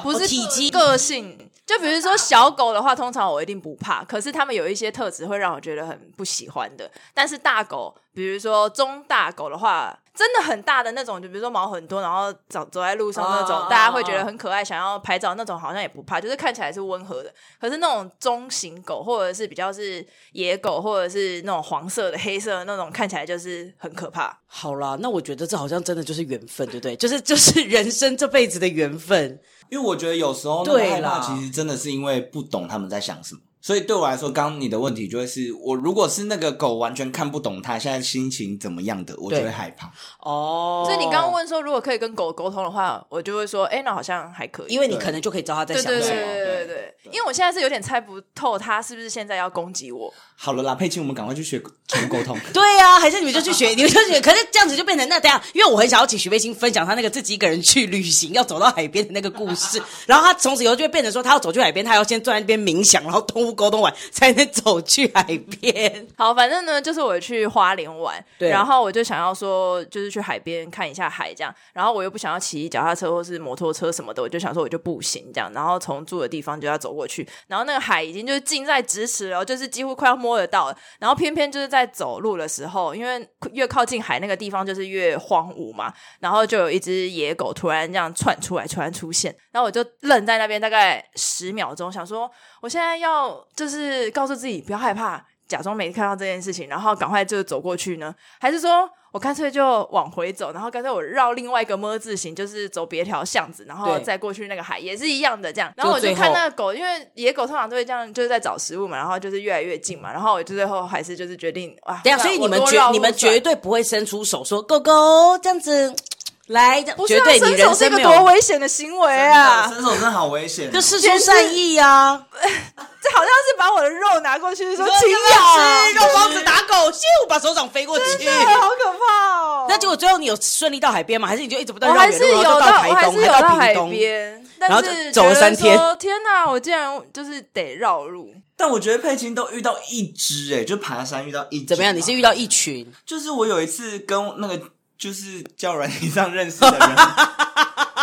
[SPEAKER 2] 不是
[SPEAKER 1] 体积
[SPEAKER 2] 个性？就比如说小狗的话，通常我一定不怕，可是它们有一些特质会让我觉得很不喜欢的。但是大狗，比如说中大狗的话，真的很大的那种，就比如说毛很多，然后走走在路上那种，
[SPEAKER 1] 哦
[SPEAKER 2] 大家会觉得很可爱，想要拍照那种，好像也不怕，就是看起来是温和的。可是那种中型狗，或者是比较是野狗，或者是那种黄色的、黑色的那种，看起来就是很可怕。
[SPEAKER 1] 好啦？那我觉得这好像真的就是缘分，对不对？就是就是人生这辈子的缘分。
[SPEAKER 3] 因为我觉得有时候那个
[SPEAKER 1] 对
[SPEAKER 3] 害怕
[SPEAKER 1] 啦
[SPEAKER 3] 其实真的是因为不懂他们在想什么，所以对我来说，刚刚你的问题就会是我如果是那个狗完全看不懂它现在心情怎么样的，我就
[SPEAKER 1] 对
[SPEAKER 3] 会害怕。
[SPEAKER 1] 哦，
[SPEAKER 2] 所以你刚刚问说，如果可以跟狗沟通的话，我就会说，哎、那好像还可以，
[SPEAKER 1] 因为你可能就可以知道它在
[SPEAKER 2] 对
[SPEAKER 1] 想
[SPEAKER 2] 对
[SPEAKER 1] 什
[SPEAKER 2] 对
[SPEAKER 1] 么。
[SPEAKER 2] 对对对，因为我现在是有点猜不透他是不是现在要攻击我。
[SPEAKER 3] 好了啦，佩青，我们赶快去学宠物 沟通。
[SPEAKER 1] 对呀、还是你们就去学， 你们就学。可是这样子就变成那等一下，因为我很想要请徐飞星分享他那个自己一个人去旅行，要走到海边的那个故事。 然后他从此以后就会变成说，他要走去海边，他要先坐在那边冥想，然后动物沟通完才能走去海边。
[SPEAKER 2] 好，反正呢，就是我去花莲玩，
[SPEAKER 1] 对
[SPEAKER 2] 然后我就想要说，就是去海边看一下海这样，然后我又不想要骑脚踏车或是摩托车什么的，我就想说我就步行这样，然后从住的地方就要走过去，然后那个海已经就是近在咫尺了，就是几乎快要摸得到了，然后偏偏就是在走路的时候，因为越靠近海那个地方就是越荒芜嘛，然后就有一只野狗突然这样窜出来，突然出现，然后我就愣在那边大概十秒钟，想说我现在要就是告诉自己不要害怕，假装没看到这件事情，然后赶快就走过去呢，还是说我干脆就往回走，然后干脆我绕另外一个么字形，就是走别条巷子，然后
[SPEAKER 1] 对
[SPEAKER 2] 再过去那个海也是一样的这样，然后我
[SPEAKER 1] 就最
[SPEAKER 2] 就
[SPEAKER 1] 后
[SPEAKER 2] 看那个狗，因为野狗通常都会这样，就是在找食物嘛，然后就是越来越近嘛，然后我就最后还是就是决定哇，
[SPEAKER 1] 等一下，啊
[SPEAKER 2] 那
[SPEAKER 1] 所以你们
[SPEAKER 2] 啊我多
[SPEAKER 1] 绝
[SPEAKER 2] 绕
[SPEAKER 1] 你们
[SPEAKER 2] 路算
[SPEAKER 1] 绝对不会伸出手说狗狗这样子来，这样
[SPEAKER 2] 不是
[SPEAKER 1] 绝
[SPEAKER 2] 啊，
[SPEAKER 1] 对你
[SPEAKER 2] 伸手
[SPEAKER 1] 人
[SPEAKER 2] 是一
[SPEAKER 1] 生
[SPEAKER 2] 个
[SPEAKER 1] 没
[SPEAKER 2] 多
[SPEAKER 1] 有。
[SPEAKER 2] 危险的行为啊！
[SPEAKER 3] 伸手真的好危险哦，
[SPEAKER 1] 就事出善意 啊！
[SPEAKER 2] 这好像是把我的啊肉拿过去说 请
[SPEAKER 1] 吃
[SPEAKER 2] 咬，
[SPEAKER 1] 肉包子打狗，咻，把手掌飞过去。
[SPEAKER 2] 对，好可怕哦！
[SPEAKER 1] 那结果最后你有顺利到海边吗？还是你就一直不断
[SPEAKER 2] 我
[SPEAKER 1] 绕
[SPEAKER 2] 还
[SPEAKER 1] 远
[SPEAKER 2] 是
[SPEAKER 1] 路，
[SPEAKER 2] 有
[SPEAKER 1] 然后就
[SPEAKER 2] 到，
[SPEAKER 1] 台
[SPEAKER 2] 我还
[SPEAKER 1] 东，
[SPEAKER 2] 是有
[SPEAKER 1] 到
[SPEAKER 2] 到
[SPEAKER 1] 屏
[SPEAKER 2] 海
[SPEAKER 1] 东？
[SPEAKER 2] 边，
[SPEAKER 1] 然后
[SPEAKER 2] 但
[SPEAKER 1] 就是走了
[SPEAKER 2] 觉得
[SPEAKER 1] 三天
[SPEAKER 2] 说。天哪，我竟然就是得绕路，
[SPEAKER 3] 但我觉得佩青都遇到一只哎、就爬山遇到一只
[SPEAKER 1] 怎么样？你
[SPEAKER 3] 嘛
[SPEAKER 1] 是遇到一群？
[SPEAKER 3] 就是我有一次跟那个就是交友软体上认识的人，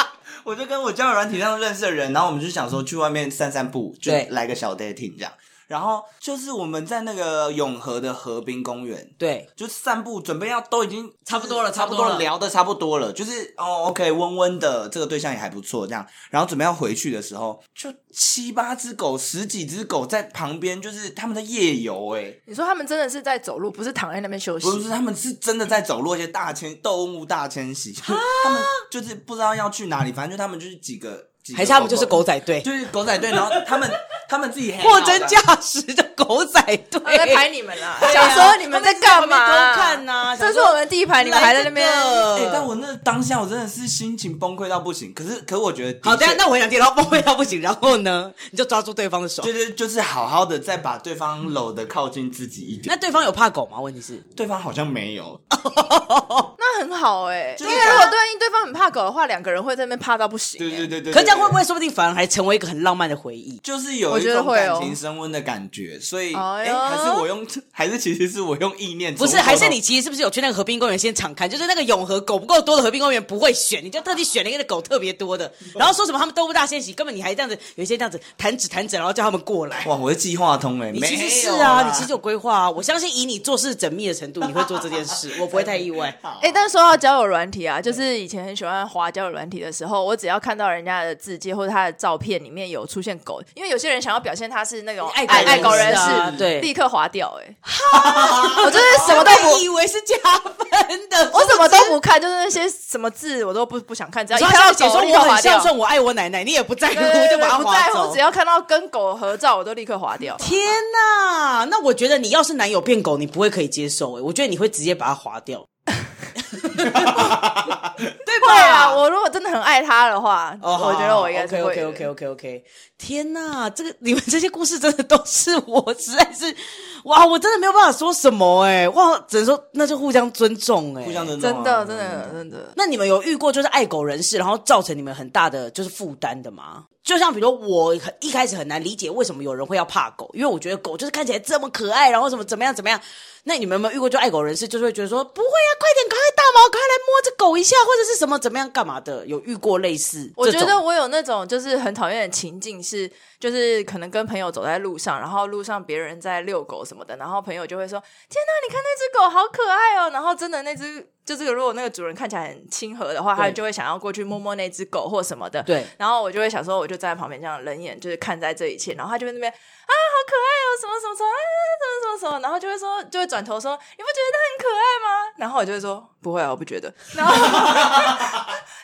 [SPEAKER 3] 我就跟我交友软体上认识的人，然后我们就想说去外面散散步，就
[SPEAKER 1] 对
[SPEAKER 3] 来个小 dating 这样。然后就是我们在那个永和的河滨公园，
[SPEAKER 1] 对，
[SPEAKER 3] 就散步，准备要都已经
[SPEAKER 1] 差不多了
[SPEAKER 3] 差
[SPEAKER 1] 差
[SPEAKER 3] 不
[SPEAKER 1] 不
[SPEAKER 3] 多
[SPEAKER 1] 多了
[SPEAKER 3] 了，聊的差不多了，就是哦，OK，温温的，这个对象也还不错，这样。然后准备要回去的时候，就七八只狗、十几只狗在旁边，就是他们在夜游、欸，
[SPEAKER 2] 你说他们真的是在走路，不是躺在那边休息
[SPEAKER 3] 不？是，他们是真的在走落一些大迁动物大迁徙， 就是
[SPEAKER 1] 啊
[SPEAKER 3] 他们就是不知道要去哪里，反正就他们就是几个，几个
[SPEAKER 1] 还是他们就是
[SPEAKER 3] 狗
[SPEAKER 1] 狗，仔队，
[SPEAKER 3] 就是狗仔队，然后他们他们自己
[SPEAKER 1] 货真价实的狗仔队，
[SPEAKER 2] 我在排你们 啦，
[SPEAKER 1] 对
[SPEAKER 2] 想
[SPEAKER 1] 啊
[SPEAKER 2] 说你们在干嘛？啊
[SPEAKER 1] 他们一直在旁边偷看呐
[SPEAKER 2] 这
[SPEAKER 1] 想
[SPEAKER 2] 是
[SPEAKER 1] 说
[SPEAKER 2] 我们第一排，你们还在那边。
[SPEAKER 3] 哎、但我那当下我真的是心情崩溃到不行，可是可我觉得
[SPEAKER 1] 好，等一下
[SPEAKER 3] 的确
[SPEAKER 1] 那我想听到崩溃到不行，然后呢，你就抓住对方的手。
[SPEAKER 3] 就是就是好好的再把对方搂的靠近自己一点，
[SPEAKER 1] 那对方有怕狗吗？问题是，
[SPEAKER 3] 对方好像没有，
[SPEAKER 2] 那那很好哎、
[SPEAKER 3] 就
[SPEAKER 2] 因
[SPEAKER 3] 是
[SPEAKER 2] 为如果对对方很怕狗的话，两个人会在那边怕到不行、欸
[SPEAKER 3] 对对
[SPEAKER 2] 对，
[SPEAKER 3] 对对。
[SPEAKER 1] 可这样会不
[SPEAKER 3] 会
[SPEAKER 1] 会说不定反而还成为一个很浪漫的回忆？
[SPEAKER 3] 就是有
[SPEAKER 2] 我
[SPEAKER 3] 一
[SPEAKER 2] 觉得
[SPEAKER 3] 种
[SPEAKER 2] 会
[SPEAKER 3] 感
[SPEAKER 2] 哦
[SPEAKER 3] 情升温的感
[SPEAKER 1] 哦
[SPEAKER 3] 觉？所以，
[SPEAKER 2] 哎
[SPEAKER 3] 哎，
[SPEAKER 2] 呦
[SPEAKER 3] 还是我用，还是其实是我用意念琢磨
[SPEAKER 1] 不
[SPEAKER 3] 到，
[SPEAKER 1] 是，还是你其实是不是有去那个河滨公园先敞开？就是那个永和狗不够多的河滨公园不会选，你就特地选了一个狗特别多的，然后说什么他们都不大先洗，根本你还这样子，有一些这样子弹指弹指，然后叫他们过来。
[SPEAKER 3] 哇，我是计划通哎，
[SPEAKER 1] 你其实是
[SPEAKER 3] 没有啦
[SPEAKER 1] 啊，你其实有规划啊。我相信以你做事缜密的程度，你会做这件事，我不会太意外。
[SPEAKER 2] 哎、但是说到交友软体啊，就是以前很喜欢滑交友软体的时候，我只要看到人家的字迹或者他的照片里面有出现狗，因为有些人想要表现他是那种
[SPEAKER 1] 爱狗
[SPEAKER 2] 爱
[SPEAKER 1] 人士
[SPEAKER 2] 狗人
[SPEAKER 1] 啊
[SPEAKER 2] 士，
[SPEAKER 1] 对
[SPEAKER 2] 立刻划掉、欸。哎，我就是什么都不
[SPEAKER 1] 我以为是加分的，
[SPEAKER 2] 我什么都不看，就是那些什么字我都不不想看，只要一
[SPEAKER 1] 所以
[SPEAKER 2] 看
[SPEAKER 1] 他
[SPEAKER 2] 到
[SPEAKER 1] 就写
[SPEAKER 2] 狗
[SPEAKER 1] 说
[SPEAKER 2] 立
[SPEAKER 1] 我
[SPEAKER 2] 刻划
[SPEAKER 1] 很孝
[SPEAKER 2] 掉。
[SPEAKER 1] 顺，我爱我奶奶，你也不在乎，
[SPEAKER 2] 对对
[SPEAKER 1] 就
[SPEAKER 2] 对
[SPEAKER 1] 把它
[SPEAKER 2] 对不在
[SPEAKER 1] 划
[SPEAKER 2] 乎，
[SPEAKER 1] 走
[SPEAKER 2] 只。要看到跟狗合照，我都立刻划掉。
[SPEAKER 1] 天呐，那我觉得你要是男友变狗，你不会可以接受哎、我觉得你会直接把它划掉，对吧？
[SPEAKER 2] 会啊，我如果真的很爱他的话，
[SPEAKER 1] 哦，
[SPEAKER 2] 我觉得我应该是
[SPEAKER 1] OK
[SPEAKER 2] 会的。
[SPEAKER 1] OK OK OK OK。天呐，这个你们这些故事真的都是我， 实在是哇，我真的没有办法说什么哎、哇，只能说那就互相尊重哎、
[SPEAKER 3] 互相。尊重
[SPEAKER 2] 真的
[SPEAKER 3] 啊，
[SPEAKER 2] 真的真的，
[SPEAKER 1] 那你们有遇过就是爱狗人士，然后造成你们很大的就是负担的吗？就像比如我很一开始很难理解为什么有人会要怕狗，因为我觉得狗就是看起来这么可爱，然后怎么怎么样怎么样。那你们有没有遇过就爱狗人士，就是会觉得说不会啊，快点，赶快大毛，赶快来摸这狗一下，或者是什么怎么样干嘛的？有遇过类似
[SPEAKER 2] 我
[SPEAKER 1] 这
[SPEAKER 2] 觉
[SPEAKER 1] 种
[SPEAKER 2] 得我有那种就是很讨厌的情境是，就是可能跟朋友走在路上，然后路上别人在遛狗什么的，然后朋友就会说：“天哪，你看那只狗好可爱哦！”然后真的那只就是如果那个主人看起来很亲和的话，他
[SPEAKER 1] 对
[SPEAKER 2] 就会想要过去摸摸那只狗或什么的。
[SPEAKER 1] 对
[SPEAKER 2] 然后我就会想说，我就站在旁边这样冷眼，就是看在这一切，然后他就在那边啊，好可爱哦，什么什么什么啊，什么什么什么，然后就会说，就会转头说，你不觉得它很可爱吗？然后我就会说，不会啊，我不觉得。然后，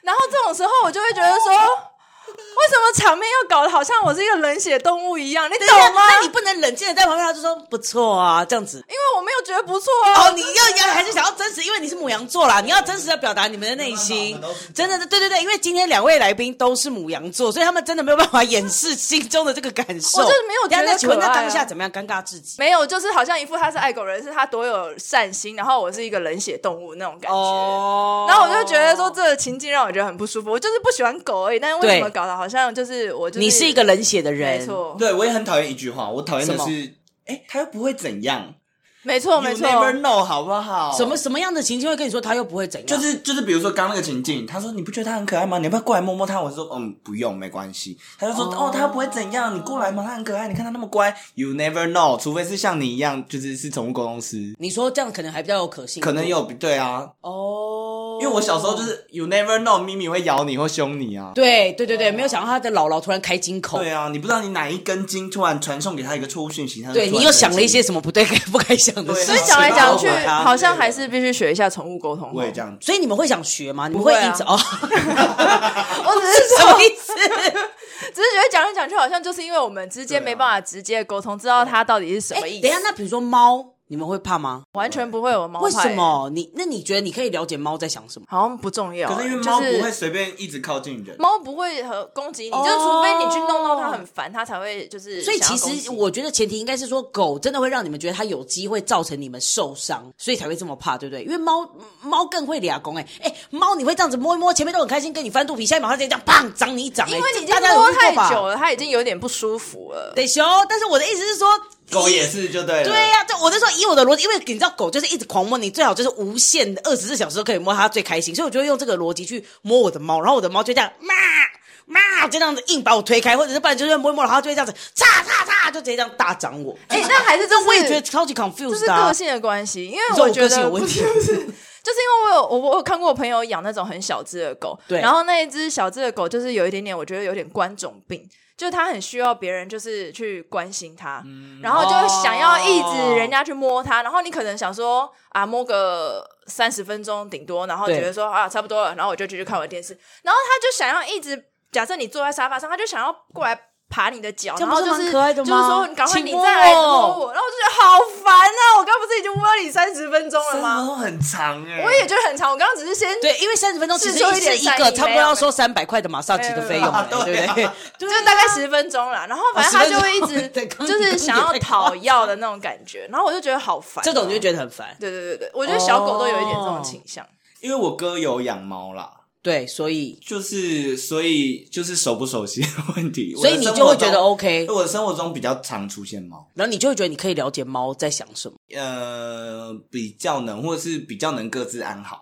[SPEAKER 2] 然后这种时候我就会觉得说，
[SPEAKER 1] 哦
[SPEAKER 2] 为什么场面要搞得好像我是一个冷血动物一样？你
[SPEAKER 1] 等一下
[SPEAKER 2] 懂吗？
[SPEAKER 1] 那你不能冷静的在旁边，他就说不错啊，这样子。
[SPEAKER 2] 因为我没有觉得不错啊。
[SPEAKER 1] 哦，你要要还是想要真实，因为你是母羊座啦，你要真实的表达你们的内心
[SPEAKER 2] 哦
[SPEAKER 3] 没办法我们都是，
[SPEAKER 1] 真的是对对对，因为今天两位来宾都是母羊座，所以他们真的没有办法掩饰心中的这个感受。
[SPEAKER 2] 我就是没有觉得
[SPEAKER 1] 等一下那请问
[SPEAKER 2] 可爱
[SPEAKER 1] 那
[SPEAKER 2] 啊
[SPEAKER 1] 当下怎么样？尴尬至极。
[SPEAKER 2] 没有，就是好像一副他是爱狗人士，他多有善心，然后我是一个冷血动物那种感觉。
[SPEAKER 1] 哦
[SPEAKER 2] 然后我就觉得说，这个情境让我觉得很不舒服。我就是不喜欢狗而已，但是为什么搞得好像就是我就是
[SPEAKER 1] 你是一个冷血的人，
[SPEAKER 2] 没错，
[SPEAKER 3] 对我也很讨厌一句话，我讨厌的
[SPEAKER 1] 什么哦
[SPEAKER 3] 是，哎，他又不会怎样，
[SPEAKER 2] 没错，没
[SPEAKER 3] You never
[SPEAKER 2] 错。
[SPEAKER 3] know 好不好？
[SPEAKER 1] 什么什么样的情境会跟你说他又不会怎样？
[SPEAKER 3] 就是就是，比如说刚那个情境，他说你不觉得他很可爱吗？你要不要过来摸摸他？我说嗯，不用，没关系。他就说哦他不会怎样，你过来嘛，他很可爱，你看他那么乖。You never know，除非是像你一样，就是是宠物沟通师，
[SPEAKER 1] 你说这样可能还比较有可信度，
[SPEAKER 3] 可能有对啊，
[SPEAKER 1] 哦，
[SPEAKER 3] 因为我小时候就是 You never know，咪咪会咬你或凶你啊。
[SPEAKER 1] 对对对对，没有想到他的姥姥突然开金口，
[SPEAKER 3] 对啊，你不知道你哪一根筋突然传送给他一个错误讯息，他就
[SPEAKER 1] 对
[SPEAKER 3] 突然
[SPEAKER 1] 你又想了一些
[SPEAKER 3] 生
[SPEAKER 1] 什么不对 该不该想的
[SPEAKER 3] 对
[SPEAKER 1] 事情，
[SPEAKER 2] 所
[SPEAKER 3] 啊
[SPEAKER 2] 以讲来讲去
[SPEAKER 3] 是吧，
[SPEAKER 2] 好像还是必须学一下宠物沟通哦
[SPEAKER 3] 气，。我也这样子。
[SPEAKER 1] 所以你们会想学吗？你们
[SPEAKER 2] 不会啊
[SPEAKER 1] 一 直、哦，
[SPEAKER 2] 我只是
[SPEAKER 1] 什
[SPEAKER 2] 说
[SPEAKER 1] 么，意思？
[SPEAKER 2] 只是觉得讲来讲去，好像就是因为我们之间
[SPEAKER 3] 对啊
[SPEAKER 2] 没办法直接沟通，知道它到底是什么意
[SPEAKER 1] 欸
[SPEAKER 2] 思。
[SPEAKER 1] 等一下，那比如说猫，你们会怕吗？
[SPEAKER 2] 完全不会有猫派欸
[SPEAKER 1] 为什？么？你那你觉得你可以了解猫在想什么？
[SPEAKER 2] 好像不重要。
[SPEAKER 3] 可是因为
[SPEAKER 2] 就
[SPEAKER 3] 猫不会随便一直靠近人，
[SPEAKER 2] 猫不会和攻击你，
[SPEAKER 1] 哦
[SPEAKER 2] 就是除非你去弄到它很烦，它才会就是
[SPEAKER 1] 所
[SPEAKER 2] 想
[SPEAKER 1] 以
[SPEAKER 2] 要攻
[SPEAKER 1] 其
[SPEAKER 2] 击你。
[SPEAKER 1] 实我觉得前提应该是说，狗真的会让你们觉得它有机会造成你们受伤，所以才会这么怕，对不对？因为猫猫更会俩攻哎哎，猫你会这样子摸一摸，前面都很开心跟你翻肚皮，下一秒它直接这样砰长你一掌、欸，
[SPEAKER 2] 因为你已
[SPEAKER 1] 这
[SPEAKER 2] 经
[SPEAKER 1] 大家有
[SPEAKER 2] 摸
[SPEAKER 1] 遇过
[SPEAKER 2] 太久
[SPEAKER 1] 吧？
[SPEAKER 2] 了，它已经有点不舒服了。
[SPEAKER 1] 得修，但是我的意思是说，
[SPEAKER 3] 狗也是就对了。
[SPEAKER 1] 对呀、这我就说以我的逻辑，因为你知道狗就是一直狂摸你，最好就是无限的二十四小时都可以摸它最开心，所以我就会用这个逻辑去摸我的猫，然后我的猫就这样妈妈就这样子硬把我推开，或者是不然就是摸一摸，然后它就会这样子嚓嚓嚓就直接这样大掌我。
[SPEAKER 2] 哎、那 还是这
[SPEAKER 1] 但我也觉得超级
[SPEAKER 2] 这
[SPEAKER 1] confused
[SPEAKER 2] 是
[SPEAKER 1] 的、
[SPEAKER 2] 个
[SPEAKER 1] 啊。
[SPEAKER 2] 性的关系，因为
[SPEAKER 1] 你说
[SPEAKER 2] 我
[SPEAKER 1] 我
[SPEAKER 2] 觉
[SPEAKER 1] 个性
[SPEAKER 2] 得
[SPEAKER 1] 有问题
[SPEAKER 2] 不是不是就是因为我有我我有看过我朋友养那种很小只的狗，
[SPEAKER 1] 对
[SPEAKER 2] 然后那一只小只的狗就是有一点点，我觉得有点关种病，就是它很需要别人就是去关心它，
[SPEAKER 1] 嗯
[SPEAKER 2] 然后就想要一直人家去摸它，然后你可能想说啊摸个三十分钟顶多，然后
[SPEAKER 1] 对
[SPEAKER 2] 觉得说啊差不多了，然后我就继续看我的电视，然后它就想要一直，假设你坐在沙发上，它就想要过来。爬你的脚，
[SPEAKER 1] 这
[SPEAKER 2] 然
[SPEAKER 1] 样不
[SPEAKER 2] 后
[SPEAKER 1] 是
[SPEAKER 2] 就
[SPEAKER 1] 蛮
[SPEAKER 2] 是
[SPEAKER 1] 可爱的
[SPEAKER 2] 就是
[SPEAKER 1] 吗
[SPEAKER 2] 说你赶快
[SPEAKER 1] 请
[SPEAKER 2] 你
[SPEAKER 1] 摸
[SPEAKER 2] 再来摸
[SPEAKER 1] 我
[SPEAKER 2] 我我然后我就觉得好烦啊！我刚不是已经摸了你三十分钟了
[SPEAKER 3] 三分
[SPEAKER 2] 吗？
[SPEAKER 3] 钟很长哎、
[SPEAKER 2] 我也觉得很长，我刚刚只是先
[SPEAKER 1] 对，因为三十分钟其实
[SPEAKER 2] 是说一点
[SPEAKER 1] 是一
[SPEAKER 2] 善意
[SPEAKER 1] 个差不
[SPEAKER 2] 没
[SPEAKER 1] 多
[SPEAKER 2] 有
[SPEAKER 1] 要收三百块的马萨吉的费用了，
[SPEAKER 3] 没有没有
[SPEAKER 1] 对不对？
[SPEAKER 2] 就大概十分钟啦，然后反正他就会一直
[SPEAKER 1] 对刚刚
[SPEAKER 2] 就是想要讨要的那种感觉，然后我就觉得好烦啊、
[SPEAKER 1] 这种就觉得很烦。
[SPEAKER 2] 对对对对，我觉得小狗都有一点这种倾向。
[SPEAKER 3] 因为我哥有养猫啦，
[SPEAKER 1] 对，所以
[SPEAKER 3] 就是所以就是熟不熟悉的 问题，
[SPEAKER 1] 所以你就会觉得 OK，
[SPEAKER 3] 我的生活中比较常出现猫，
[SPEAKER 1] 然后你就会觉得你可以了解猫在想什么。
[SPEAKER 3] 呃，比较能或者是比较能各自安好。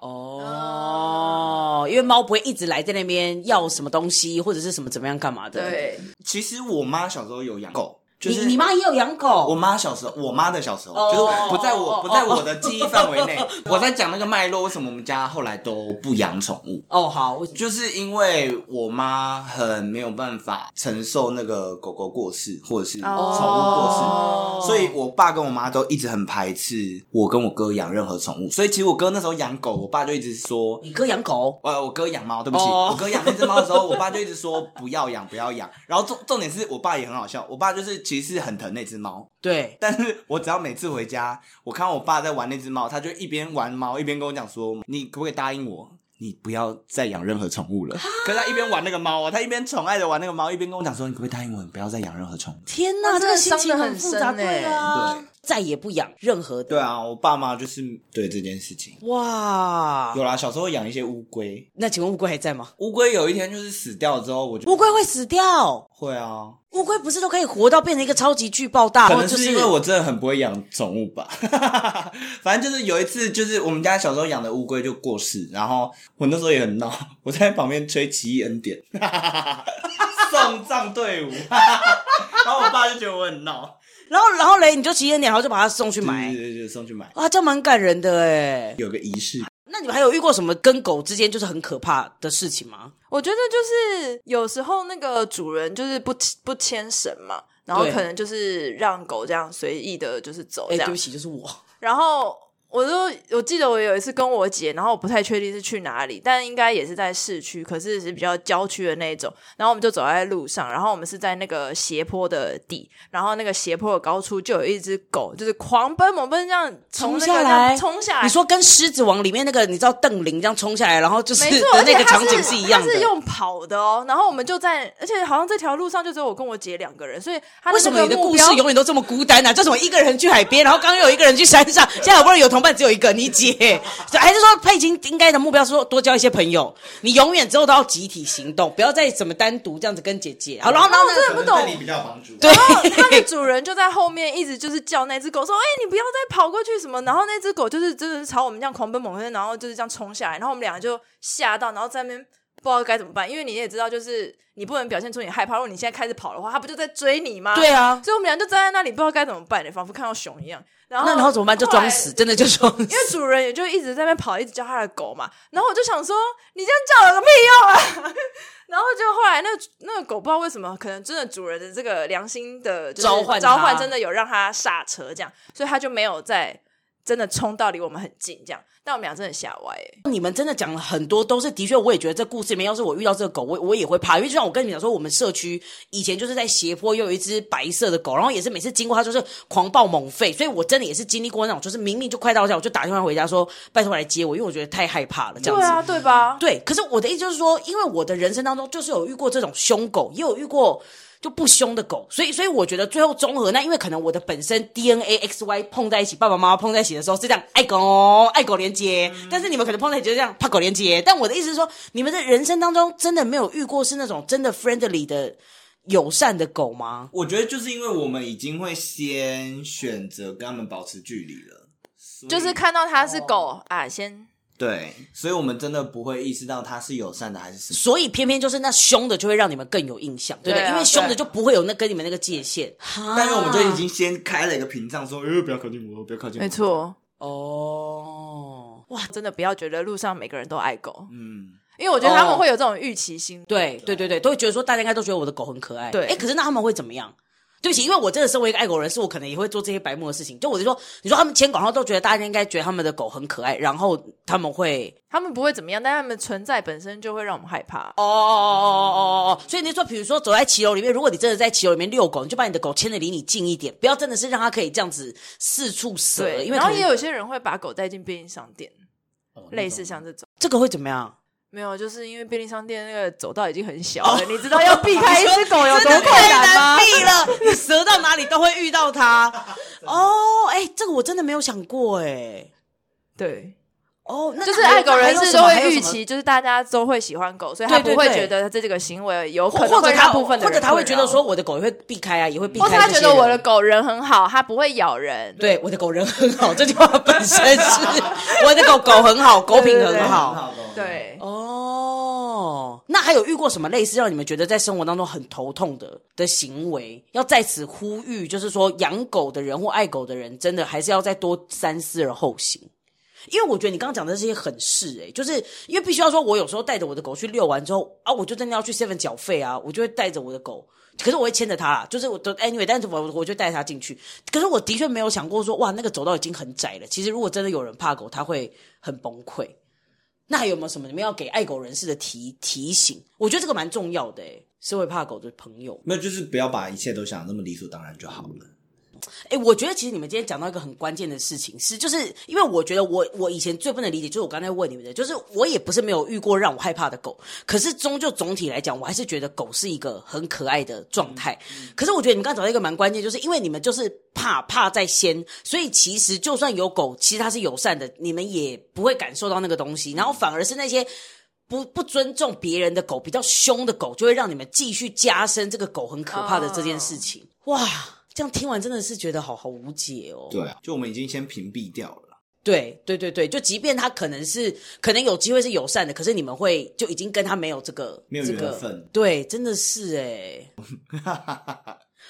[SPEAKER 1] 哦，因为猫不会一直来在那边要什么东西或者是什么怎么样干嘛的。，
[SPEAKER 2] 对，
[SPEAKER 3] 其实我妈小时候有养狗，就是
[SPEAKER 1] 你你妈也有养狗
[SPEAKER 3] 我妈小时候，我妈的小时候
[SPEAKER 1] 哦
[SPEAKER 3] 就是不在
[SPEAKER 1] 哦
[SPEAKER 3] 我不在我的记忆范围内。我在讲那个脉络，为什么我们家后来都不养宠物，
[SPEAKER 1] 哦，好，我
[SPEAKER 3] 就是因为我妈很没有办法承受那个狗狗过世或者是哦宠物过
[SPEAKER 2] 哦
[SPEAKER 3] 世，所以我爸跟我妈都一直很排斥我跟我哥养任何宠物。所以其实我哥那时候养狗，我爸就一直说。
[SPEAKER 1] 你哥养狗，
[SPEAKER 3] 呃，我哥养猫，对不起
[SPEAKER 1] 哦
[SPEAKER 3] 我哥养那只猫的时候，我爸就一直说不要养，不要养。然后重重点是我爸也很好笑，我爸就是其实是很疼那只猫，
[SPEAKER 1] 对，
[SPEAKER 3] 但是我只要每次回家，我看到我爸在玩那只猫，他就一边玩猫一边跟我讲说：“你可不可以答应我，你不要再养任何宠物了？”可是他一边玩那个猫哦，他一边宠爱着玩那个猫，一边跟我讲说：“你可不可以答应我，你不要再养任何宠物
[SPEAKER 1] 天哪，这
[SPEAKER 2] 哇这
[SPEAKER 1] 个
[SPEAKER 2] 个
[SPEAKER 1] 心情
[SPEAKER 2] 伤得很
[SPEAKER 1] 复杂，
[SPEAKER 2] 深
[SPEAKER 1] 对
[SPEAKER 2] 欸
[SPEAKER 1] 啊
[SPEAKER 3] 对，
[SPEAKER 1] 再也不养任何？”的。
[SPEAKER 3] 对啊，我爸妈就是对这件事情。
[SPEAKER 1] 哇，
[SPEAKER 3] 有啦，小时候养一些乌龟，
[SPEAKER 1] 那请问乌龟还在吗？
[SPEAKER 3] 乌龟有一天就是死掉了之后，我就
[SPEAKER 1] 乌龟会死掉，
[SPEAKER 3] 会啊，
[SPEAKER 1] 乌龟不是都可以活到变成一个超级巨爆 大？
[SPEAKER 3] 可能
[SPEAKER 1] 就是
[SPEAKER 3] 因为我真的很不会养宠物吧， 反正就是有一次，就是我们家小时候养的乌龟就过世，然后我那时候也很闹，我在旁边吹《奇异恩典》 送葬队伍， 然后我爸就觉得我 很闹，
[SPEAKER 1] 然后然后嘞，你就骑着鸟，然后就把它送去
[SPEAKER 3] 对
[SPEAKER 1] 买。
[SPEAKER 3] 对对，送去买，
[SPEAKER 1] 啊，这样蛮感人的哎。
[SPEAKER 3] 有个仪式。
[SPEAKER 1] 那你们还有遇过什么跟狗之间就是很可怕的事情吗？
[SPEAKER 2] 我觉得就是有时候那个主人就是不不牵绳嘛，然后
[SPEAKER 1] 对
[SPEAKER 2] 可能就是让狗这样随意的，就是走
[SPEAKER 1] 哎、对
[SPEAKER 2] 这样
[SPEAKER 1] 不。起，就是我。
[SPEAKER 2] 然后我就我记得我有一次跟我姐，然后我不太确定是去哪里，但应该也是在市区，可是是比较郊区的那一种。然后我们就走在路上，然后我们是在那个斜坡的底，然后那个斜坡的高处就有一只狗，就是狂奔猛奔这样从
[SPEAKER 1] 冲
[SPEAKER 2] 那个
[SPEAKER 1] 下
[SPEAKER 2] 这样
[SPEAKER 1] 来
[SPEAKER 2] 冲下来，
[SPEAKER 1] 你说跟《狮子王》里面那个你知道邓林这样冲下来，然后就是
[SPEAKER 2] 没错，
[SPEAKER 1] 的
[SPEAKER 2] 而
[SPEAKER 1] 那
[SPEAKER 2] 且
[SPEAKER 1] 个
[SPEAKER 2] 他
[SPEAKER 1] 场
[SPEAKER 2] 是
[SPEAKER 1] 景一样
[SPEAKER 2] 他是
[SPEAKER 1] 的。
[SPEAKER 2] 用跑的哦，然后我们就在，而且好像这条路上就只有我跟我姐两个人，所以他
[SPEAKER 1] 为什么
[SPEAKER 2] 那
[SPEAKER 1] 你
[SPEAKER 2] 个
[SPEAKER 1] 的
[SPEAKER 2] 目
[SPEAKER 1] 故
[SPEAKER 2] 标
[SPEAKER 1] 事永远都这么孤单呢、啊？就什么一个人去海边，然后刚刚又有一个人去山 上，现在好不容易有同伴，只有一个你姐。还是说佩琴应该的目标是说多交一些朋友，你永远之后都要集体行动，不要再怎么单独这样子跟姐姐。好，然后然后呢？
[SPEAKER 2] 真的不懂
[SPEAKER 3] 可能对你比较有帮助。
[SPEAKER 1] 对，
[SPEAKER 2] 那个主人就在后面一直就是叫那只狗说：“哎、你不要再跑过去什么。”然后那只狗就是真的是朝我们这样狂奔猛奔，然后就是这样冲下来，然后我们两个就吓到，然后在那边不知道该怎么办，因为你也知道，就是你不能表现出你害怕，如果你现在开始跑的话，它不就在追你吗？
[SPEAKER 1] 对啊。
[SPEAKER 2] 所以我们俩就站在那里，不知道该怎么办，仿佛看到熊一样。然后
[SPEAKER 1] 那然后怎么办？就
[SPEAKER 2] 后来
[SPEAKER 1] 装死，真的就装死
[SPEAKER 2] 因。为主人也就一直在那边跑，一直叫他的狗嘛。然后我就想说，你这样叫有个屁用啊！ 然后就后来那个那个狗不知道为什么，可能真的主人的这个良心的、就是
[SPEAKER 1] 召唤它
[SPEAKER 2] 召唤真的有让它刹车，这样，所以它就没有再真的冲到离我们很近这样。但我们俩真的吓歪、欸，
[SPEAKER 1] 你们真的讲了很多，都是的确，我也觉得这故事里面，要是我遇到这个狗，我我也会怕，因为就像我跟你们讲说，我们社区以前就是在斜坡又有一只白色的狗，然后也是每次经过它就是狂暴猛吠，所以我真的也是经历过那种，就是明明就快到家，我就打电话回家说拜托来接我，因为我觉得太害怕了这样
[SPEAKER 2] 对
[SPEAKER 1] 子。
[SPEAKER 2] 啊，对吧？
[SPEAKER 1] 对，可是我的意思就是说，因为我的人生当中就是有遇过这种凶狗，也有遇过就不凶的狗，所以所以我觉得最后综合那，因为可能我的本身 DNA X Y 碰在一起，爸爸妈妈碰在一起的时候是这样爱狗爱狗连接，
[SPEAKER 3] 嗯
[SPEAKER 1] 但是你们可能碰在一起就这样怕狗连接。但我的意思是说，你们的人生当中真的没有遇过是那种真的 friendly 的友善的狗吗？
[SPEAKER 3] 我觉得就是因为我们已经会先选择跟他们保持距离了，所以哦
[SPEAKER 2] 就是看到它是狗、啊，先
[SPEAKER 3] 对，所以我们真的不会意识到它是友善的还是什么。
[SPEAKER 1] 所以偏偏就是那凶的就会让你们更有印象，对不对？
[SPEAKER 2] 对啊
[SPEAKER 1] 因为凶的
[SPEAKER 2] 对
[SPEAKER 1] 就不会有那跟你们那个界限。哈
[SPEAKER 3] 但是我们就已经先开了一个屏障，说，呃，不要靠近我，不要靠近我。
[SPEAKER 2] 没，错，
[SPEAKER 1] 哦，哇，
[SPEAKER 2] 真的不要觉得路上每个人都爱狗，
[SPEAKER 3] 嗯，
[SPEAKER 2] 因为我觉得他
[SPEAKER 1] 哦
[SPEAKER 2] 们会有这种预期心理。
[SPEAKER 1] 对对对对，都会觉得说大家应该都觉得我的狗很可爱。
[SPEAKER 2] 对
[SPEAKER 1] 哎，可是那他们会怎么样？对不起，因为我真的身为一个爱狗人士，我可能也会做这些白目的事情。就我就说，你说他们牵狗，然后都觉得大家应该觉得他们的狗很可爱，然后他们会
[SPEAKER 2] 他们不会怎么样，但他们存在本身就会让我们害怕。
[SPEAKER 1] 哦哦哦哦哦哦。所以你说，比如说走在骑楼里面，如果你真的在骑楼里面遛狗，你就把你的狗牵的离你近一点，不要真的是让它可以这样子四处蛇，
[SPEAKER 2] 对，
[SPEAKER 1] 因为
[SPEAKER 2] 然后
[SPEAKER 1] 可能哦
[SPEAKER 2] 也有些人会把狗带进便利商店，
[SPEAKER 3] 哦
[SPEAKER 2] 类似像这种。
[SPEAKER 1] 这个会怎么样？
[SPEAKER 2] 没有，就是因为便利商店那个走道已经很小了，你知道 要避 开一只狗有多
[SPEAKER 1] 哦真的
[SPEAKER 2] 困难吗？
[SPEAKER 1] 避了，你折到哪里都会遇到它。哦，哎、这个我真的没有想过哎、
[SPEAKER 2] 对，
[SPEAKER 1] 哦，那
[SPEAKER 2] 就是
[SPEAKER 1] 还有
[SPEAKER 2] 爱狗人士都
[SPEAKER 1] 还有什
[SPEAKER 2] 会
[SPEAKER 1] 么还
[SPEAKER 2] 预
[SPEAKER 1] 有什么
[SPEAKER 2] 期，就是大家都会喜欢狗，所以他
[SPEAKER 1] 对对
[SPEAKER 2] 不会
[SPEAKER 1] 对
[SPEAKER 2] 觉得这个行为有可
[SPEAKER 1] 或或
[SPEAKER 2] 能会
[SPEAKER 1] 者他
[SPEAKER 2] 让部分的
[SPEAKER 1] 或
[SPEAKER 2] 人
[SPEAKER 1] 者他会
[SPEAKER 2] 困
[SPEAKER 1] 觉得
[SPEAKER 2] 扰
[SPEAKER 1] 说我的狗也会避开啊，也会避开
[SPEAKER 2] 或
[SPEAKER 1] 这些
[SPEAKER 2] 是
[SPEAKER 1] 人。
[SPEAKER 2] 他觉得我的狗人很好，它不会咬人。
[SPEAKER 1] 对我的狗人很好，这句话本身 是我的狗狗很好，狗品
[SPEAKER 2] 对对
[SPEAKER 1] 很
[SPEAKER 2] 对
[SPEAKER 1] 好。
[SPEAKER 3] 好，
[SPEAKER 2] 对，
[SPEAKER 1] 哦，那还有遇过什么类似让你们觉得在生活当中很头痛的的行为？要在此呼吁，就是说养狗的人或爱狗的人，真的还是要再多三思而后行。因为我觉得你刚刚讲的这些很是诶、就是因为必须要说，我有时候带着我的狗去遛完之后啊，我就真的要去 seven 缴费啊，我就会带着我的狗，可是我会牵着它啦，就是我都 anyway，但是我我就带它进去。可是我的确没有想过说，哇，那个走道已经很窄了。其实如果真的有人怕狗，他会很崩溃。那还有没有什么你们要给爱狗人士的提提醒？我觉得这个蛮重要的、欸，是会怕狗的朋友。
[SPEAKER 3] 没有，就是不要把一切都想得那么理所当然就好了。
[SPEAKER 1] 哎、我觉得其实你们今天讲到一个很关键的事情，是就是因为我觉得我我以前最不能理解，就是我刚才问你们的，就是我也不是没有遇过让我害怕的狗，可是终究总体来讲，我还是觉得狗是一个很可爱的状态。可是我觉得你们刚才找到一个蛮关键，就是因为你们就是怕怕在先，所以其实就算有狗，其实它是友善的，你们也不会感受到那个东西，然后反而是那些。不不尊重别人的狗，比较凶的狗，就会让你们继续加深这个狗很可怕的这件事情。哇，这样听完真的是觉得好好无解哦。
[SPEAKER 3] 对啊，就我们已经先屏蔽掉了啦。
[SPEAKER 1] 对对对对，就即便它可能是可能有机会是友善的，可是你们会就已经跟它没有这个
[SPEAKER 3] 没有
[SPEAKER 1] 这个
[SPEAKER 3] 缘分
[SPEAKER 1] 对，真的是哎。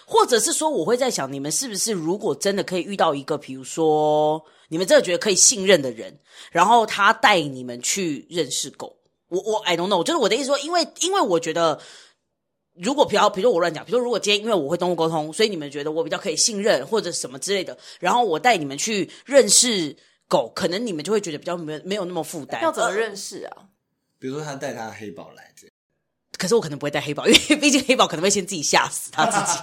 [SPEAKER 1] 或者是说，我会在想，你们是不是如果真的可以遇到一个，比如说你们真的觉得可以信任的人，然后他带你们去认识狗。我我 I don't know，就是我的意思说，因为因为我觉得，如果比较，比如说我乱讲，比如说如果今天因为我会动物沟通，所以你们觉得我比较可以信任或者什么之类的，然后我带你们去认识狗，可能你们就会觉得比较没有没有那么负担。呃
[SPEAKER 2] 要怎么认识啊？
[SPEAKER 3] 比如说他带他的黑宝来这样，
[SPEAKER 1] 可是我可能不会带黑宝， 因为毕竟黑宝可能会先自己吓死他自 己。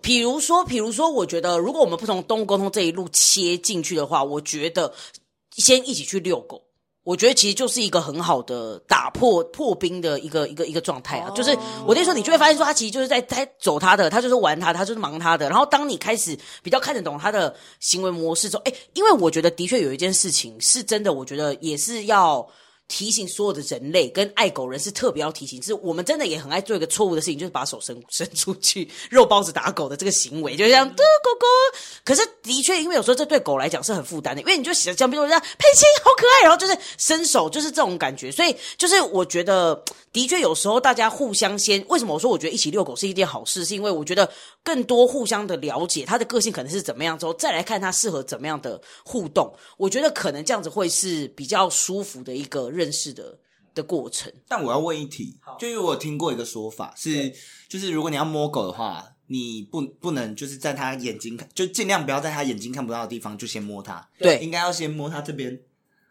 [SPEAKER 1] 比如说，比如说，我觉得如果我们不从动物沟通这一路切进去的话，我觉得先一起去遛狗，我觉得其实就是一个很好的打破破冰的一个一个一个状态啊。就是我跟你说，你就会发现说，他其实就是在在走他的，他就是玩他的，他就是忙他的。然后当你开始比较看得懂他的行为模式之后，哎，因为我觉得的确有一件事情是真的，我觉得也是要。提醒所有的人类跟爱狗人士特别要提醒，就是我们真的也很爱做一个错误的事情，就是把手伸伸出去肉包子打狗的这个行为，就像嘟狗狗。可是的确，因为有时候这对狗来讲是很负担的，因为你就想像比如说这样佩欣好可爱，然后就是伸手就是这种感觉，所以就是我觉得的确有时候大家互相先为什么我说我觉得一起遛狗是一件好事，是因为我觉得更多互相的了解他的个性可能是怎么样之后，再来看他适合怎么样的互动，我觉得可能这样子会是比较舒服的一个认识的的过程。
[SPEAKER 3] 但我要问一题，就因为我有听过一个说法是，就是如果你要摸狗的话，你不不能就是在它眼睛看，就尽量不要在它眼睛看不到的地方就先摸它，
[SPEAKER 1] 对
[SPEAKER 3] 应该要先摸它这边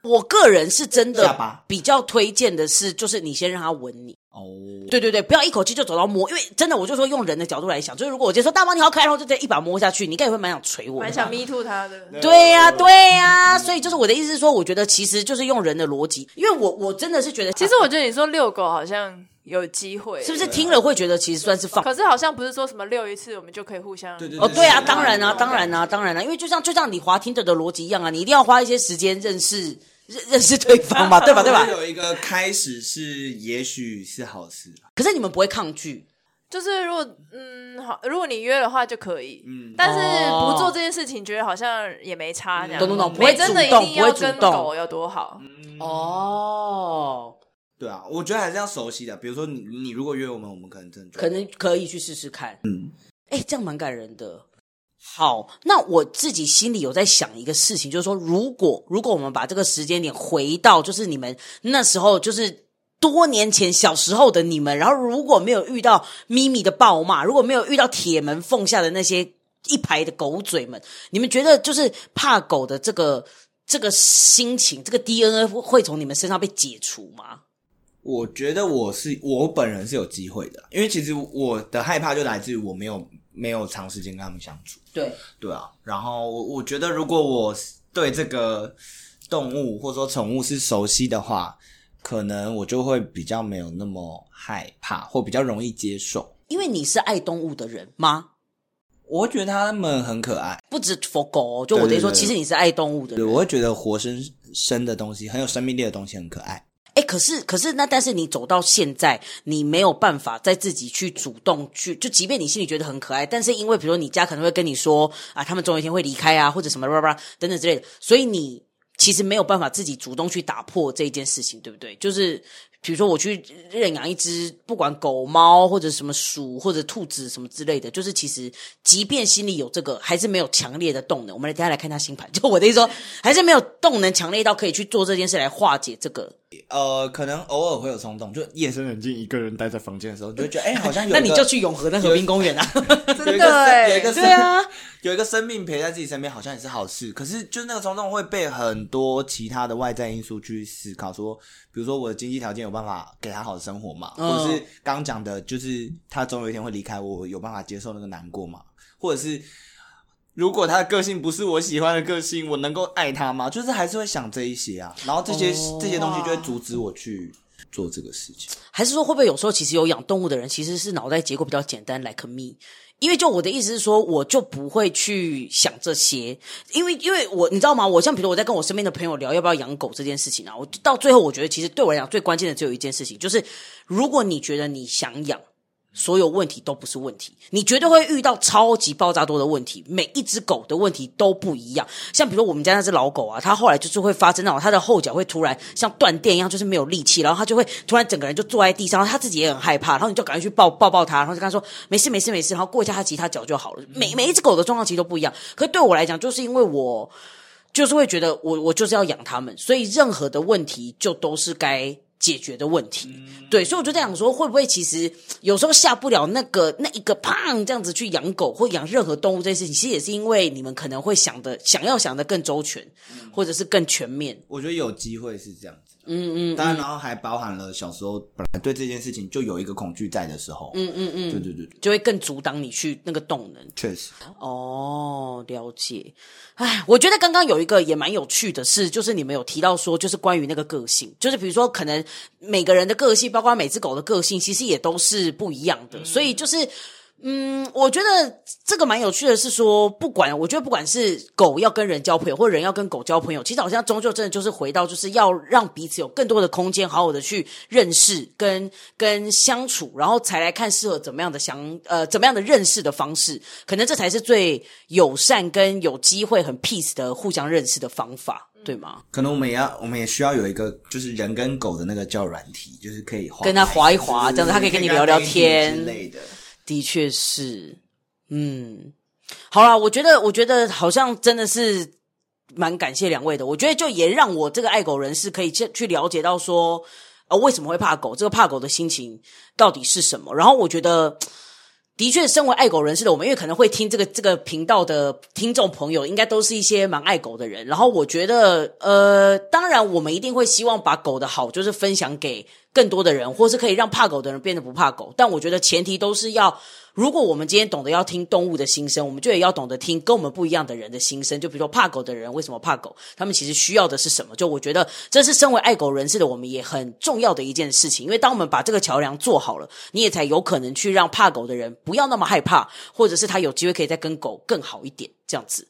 [SPEAKER 1] 我个人是啊真
[SPEAKER 3] 下
[SPEAKER 1] 的
[SPEAKER 3] 巴。
[SPEAKER 1] 比较推荐的是，就是你先让他闻你。
[SPEAKER 3] 哦，
[SPEAKER 1] 对对对，不要一口气就走到摸，因为真的，我就说用人的角度来想，就是如果我直接说大猫你好可爱，然后就这样一把摸下去，你应该也会蛮想捶我的吧，
[SPEAKER 2] 蛮想 me too 他的。
[SPEAKER 1] 对呀、对呀、所以就是我的意思是说，我觉得其实就是用人的逻辑，因为我我真的是觉得，
[SPEAKER 2] 其实我觉得你说遛狗好像有机会，
[SPEAKER 1] 是不是？听了会觉得其实算是放
[SPEAKER 2] 可是好像不是说什么遛一次我们就可以互相
[SPEAKER 3] 对对
[SPEAKER 1] 哦，对啊，
[SPEAKER 3] 对
[SPEAKER 1] 当然啊，
[SPEAKER 3] 对
[SPEAKER 1] 当然啊，当然啊，因为就像就像你滑听者的逻辑一样啊，你一定要花一些时间认识认认识对方 嘛，对吧？对吧？
[SPEAKER 3] 有一个开始是，也许是好事啊
[SPEAKER 1] 可是你们不会抗拒，
[SPEAKER 2] 就是如果嗯好，如果你约的话就可以，
[SPEAKER 3] 嗯
[SPEAKER 2] 但是
[SPEAKER 1] 哦
[SPEAKER 2] 不做这件事情，觉得好像也没差那样。
[SPEAKER 1] 嗯懂懂懂不会
[SPEAKER 2] 没真的一
[SPEAKER 1] 主动
[SPEAKER 2] 定要
[SPEAKER 1] 不会
[SPEAKER 2] 跟
[SPEAKER 1] 主动嗯
[SPEAKER 2] 狗有多好，
[SPEAKER 1] 哦，
[SPEAKER 3] 对啊，我觉得还是要熟悉的。比如说你，你如果约我们，我们可能真的就
[SPEAKER 1] 可能可以去试试看。
[SPEAKER 3] 嗯，
[SPEAKER 1] 哎，这样蛮感人的。好，那我自己心里有在想一个事情，就是说，如果如果我们把这个时间点回到，就是你们那时候，就是多年前小时候的你们，然后如果没有遇到咪咪的暴骂，如果没有遇到铁门缝下的那些一排的狗嘴们，你们觉得就是怕狗的这个这个心情，这个 DNA 会会从你们身上被解除吗？
[SPEAKER 3] 我觉得我是我本人是有机会的，因为其实我的害怕就来自于我没有没有长时间跟他们相处。
[SPEAKER 1] 对，
[SPEAKER 3] 对啊，然后我我觉得如果我对这个动物或者说宠物是熟悉的话，可能我就会比较没有那么害怕，或比较容易接受。
[SPEAKER 1] 因为你是爱动物的人吗？
[SPEAKER 3] 我会觉得它们很可爱。
[SPEAKER 1] 不止 for 狗哦，就我等于说，
[SPEAKER 3] 对对对
[SPEAKER 1] 其实你是爱动物的
[SPEAKER 3] 对，
[SPEAKER 1] 人。
[SPEAKER 3] 我会觉得活生生的东西，很有生命力的东西很可爱。
[SPEAKER 1] 哎，可是可是那但是你走到现在，你没有办法再自己去主动去，就即便你心里觉得很可爱，但是因为比如说你家可能会跟你说啊，他们总有一天会离开啊，或者什么叭叭叭等等之类的，所以你其实没有办法自己主动去打破这一件事情，对不对？就是。比如说，我去认养一只，不管狗、猫或者什么鼠或者兔子什么之类的，就是其实即便心里有这个，还是没有强烈的动能。我们来等一下来看一下星盘， 就我的意思说，还是没有动能强烈到可以去做这件事来化解这个
[SPEAKER 3] 呃，可能偶尔会有冲动，就夜深人静一个人待在房间的时候，就会觉得哎、好像有一
[SPEAKER 1] 那
[SPEAKER 3] 个
[SPEAKER 1] 你就去永和那河滨公园啊！
[SPEAKER 3] 有
[SPEAKER 2] 真
[SPEAKER 3] 一
[SPEAKER 2] 的
[SPEAKER 3] 个生有
[SPEAKER 2] 哎
[SPEAKER 3] 一，个生
[SPEAKER 1] 对啊，
[SPEAKER 3] 有一个生命陪在自己身边，好像也是好事。可是，就是那个冲动会被很多其他的外在因素去思考，说，比如说我的经济条件有办法给他好的生活嘛，
[SPEAKER 1] 嗯
[SPEAKER 3] 或者是刚刚讲的，就是他总有一天会离开我，我有办法接受那个难过嘛，或者是如果他的个性不是我喜欢的个性，我能够爱他吗？就是还是会想这一些啊，然后这些、
[SPEAKER 1] 哦
[SPEAKER 3] 这些东西就会阻止我去做这个事情。
[SPEAKER 1] 还是说会不会有时候其实有养动物的人其实是脑袋结构比较简单，like me？因为就我的意思是说，我就不会去想这些，因为因为我你知道吗？我像比如我在跟我身边的朋友聊要不要养狗这件事情啊，我到最后我觉得其实对我来讲最关键的只有一件事情，就是如果你觉得你想养。所有问题都不是问题，你绝对会遇到超级爆炸多的问题。每一只狗的问题都不一样，像比如我们家那只老狗啊，它后来就是会发生那种它的后脚会突然像断电一样，就是没有力气，然后它就会突然整个人就坐在地上，然后它自己也很害怕，然后你就赶快去抱抱抱它，然后就跟它说没事没事没事，然后过一下它其他脚就好了。每每一只狗的状况其实都不一样，可是对我来讲，就是因为我就是会觉得我我就是要养它们，所以任何的问题就都是该解决的问题。对，所以我就在想说，会不会其实有时候下不了那个那一个胖这样子去养狗或养任何动物这件事情，其实也是因为你们可能会想的想要想的更周全，或者是更全面。
[SPEAKER 3] 我觉得有机会是这样子，
[SPEAKER 1] 嗯嗯
[SPEAKER 3] 当然，然后还包含了小时候本来对这件事情就有一个恐惧在的时候，
[SPEAKER 1] 嗯嗯
[SPEAKER 3] 对
[SPEAKER 1] 嗯，
[SPEAKER 3] 对对对，
[SPEAKER 1] 就会更阻挡你去那个动能。
[SPEAKER 3] 确实。
[SPEAKER 1] 哦，了解。哎，我觉得刚刚有一个也蛮有趣的事，就是你们有提到说，就是关于那个个性，就是比如说，可能每个人的个性，包括每只狗的个性，其实也都是不一样的，所以就是。嗯，我觉得这个蛮有趣的，是说不管，我觉得不管是狗要跟人交朋友，或人要跟狗交朋友，其实好像终究真的就是回到，就是要让彼此有更多的空间，好好的去认识跟跟相处，然后才来看适合怎么样的相呃怎么样的认识的方式，可能这才是最友善跟有机会很 peace 的互相认识的方法，对吗？
[SPEAKER 3] 可能我们也要，我们也需要有一个，就是人跟狗的那个叫软体，就是可以滑
[SPEAKER 1] 跟它滑一滑，这样子它可以跟你聊聊天
[SPEAKER 3] 之类的。
[SPEAKER 1] 的确是，嗯，好啦，我觉得，我觉得好像真的是蛮感谢两位的。我觉得就也让我这个爱狗人士可以去去了解到说，呃，为什么会怕狗，这个怕狗的心情到底是什么。然后我觉得。的确，身为爱狗人士的我们，因为可能会听这个这个频道的听众朋友，应该都是一些蛮爱狗的人。然后我觉得，呃，当然我们一定会希望把狗的好，就是分享给更多的人，或是可以让怕狗的人变得不怕狗。但我觉得前提都是要，如果我们今天懂得要听动物的心声，我们就也要懂得听跟我们不一样的人的心声。就比如说怕狗的人为什么怕狗，他们其实需要的是什么？就我觉得这是身为爱狗人士的我们也很重要的一件事情，因为当我们把这个桥梁做好了，你也才有可能去让怕狗的人不要那么害怕，或者是他有机会可以再跟狗更好一点，这样子。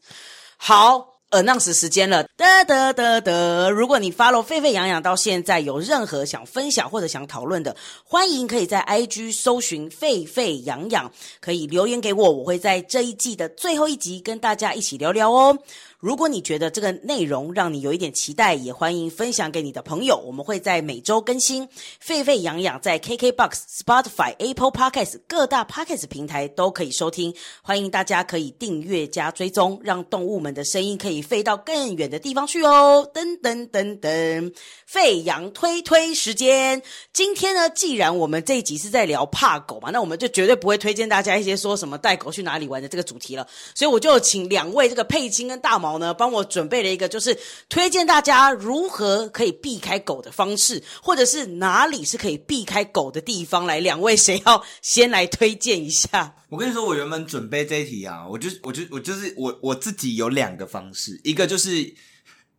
[SPEAKER 1] 好。announce 时间了，得得得得！如果你 follow 沸沸扬扬到现在，有任何想分享或者想讨论的，欢迎可以在 IG 搜寻“沸沸扬扬”，可以留言给我，我会在这一季的最后一集跟大家一起聊聊哦。如果你觉得这个内容让你有一点期待，也欢迎分享给你的朋友。我们会在每周更新。沸沸扬扬在 KKBox、Spotify、Apple Podcasts 各大 Podcast 平台都可以收听，欢迎大家可以订阅加追踪，让动物们的声音可以飞到更远的地方去哦。噔噔噔噔，沸扬推推时间。今天呢，既然我们这一集是在聊怕狗嘛，那我们就绝对不会推荐大家一些说什么带狗去哪里玩的这个主题了。所以我就请两位这个佩金跟大毛呢，帮我准备了一个，就是推荐大家如何可以避开狗的方式，或者是哪里是可以避开狗的地方。来，两位谁要先来推荐一下？
[SPEAKER 3] 我跟你说，我原本准备这一题啊，我就我就我就是我我自己有两个方式，一个就是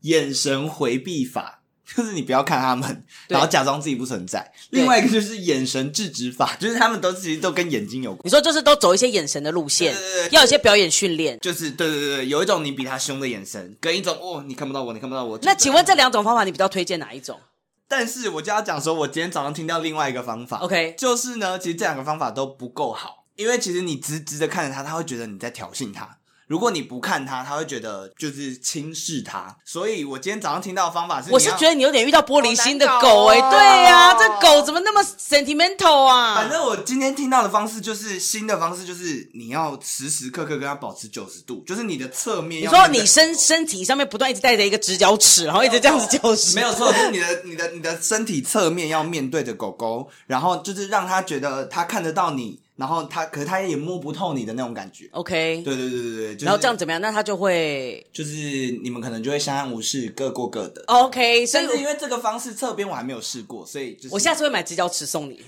[SPEAKER 3] 眼神回避法， 就是你不要看他们，
[SPEAKER 1] 对
[SPEAKER 3] 然后假装自己不存在。
[SPEAKER 1] 对
[SPEAKER 3] 另外一个就是眼神制止法，就是他们都其实都跟眼睛有关，
[SPEAKER 1] 你说就是都走一些眼神的路线
[SPEAKER 3] 对呃对对，对
[SPEAKER 1] 要有一些表演训练。
[SPEAKER 3] 就是对对对对，有一种你比他凶的眼神，跟一种哦你看不到我，你看不到我。
[SPEAKER 1] 那请问这两种方法，你比较推荐哪一种？
[SPEAKER 3] 但是我就要讲说，我今天早上听到另外一个方法
[SPEAKER 1] OK
[SPEAKER 3] 就是呢，其实这两个方法都不够好，因为其实你直直的看着他，他会觉得你在挑衅他；如果你不看他，他会觉得就是轻视他。所以我今天早上听到的方法是，
[SPEAKER 1] 我是觉得你有点遇到玻璃心的狗
[SPEAKER 2] 好
[SPEAKER 1] 哎、
[SPEAKER 2] 难搞哦
[SPEAKER 1] 对呀、这狗怎么那么 sentimental 啊？
[SPEAKER 3] 啊反正我今天听到的方式就是新的方式，就是你要时时刻刻跟他保持九十度，就是你的侧面
[SPEAKER 1] 你
[SPEAKER 3] 要
[SPEAKER 1] 说
[SPEAKER 3] 那个。
[SPEAKER 1] 你身身体上面不断一直带着一个直角尺，然后一直这样子就是
[SPEAKER 3] 没有错，就是你的、你的、你的身体侧面要面对着狗狗，然后就是让他觉得他看得到你，然后他可是他也摸不透你的那种感觉。
[SPEAKER 1] OK，
[SPEAKER 3] 对对对对对，就是、
[SPEAKER 1] 然后这样怎么样？那他就会哦
[SPEAKER 3] 就是你们可能就会相安无事，各过各
[SPEAKER 2] 哦
[SPEAKER 3] 的。
[SPEAKER 1] OK，所
[SPEAKER 3] 但
[SPEAKER 1] 以
[SPEAKER 3] 是因
[SPEAKER 1] 我
[SPEAKER 3] 为这个方式侧边我还没有试过，所以就是
[SPEAKER 1] 我下次会买直角尺送你，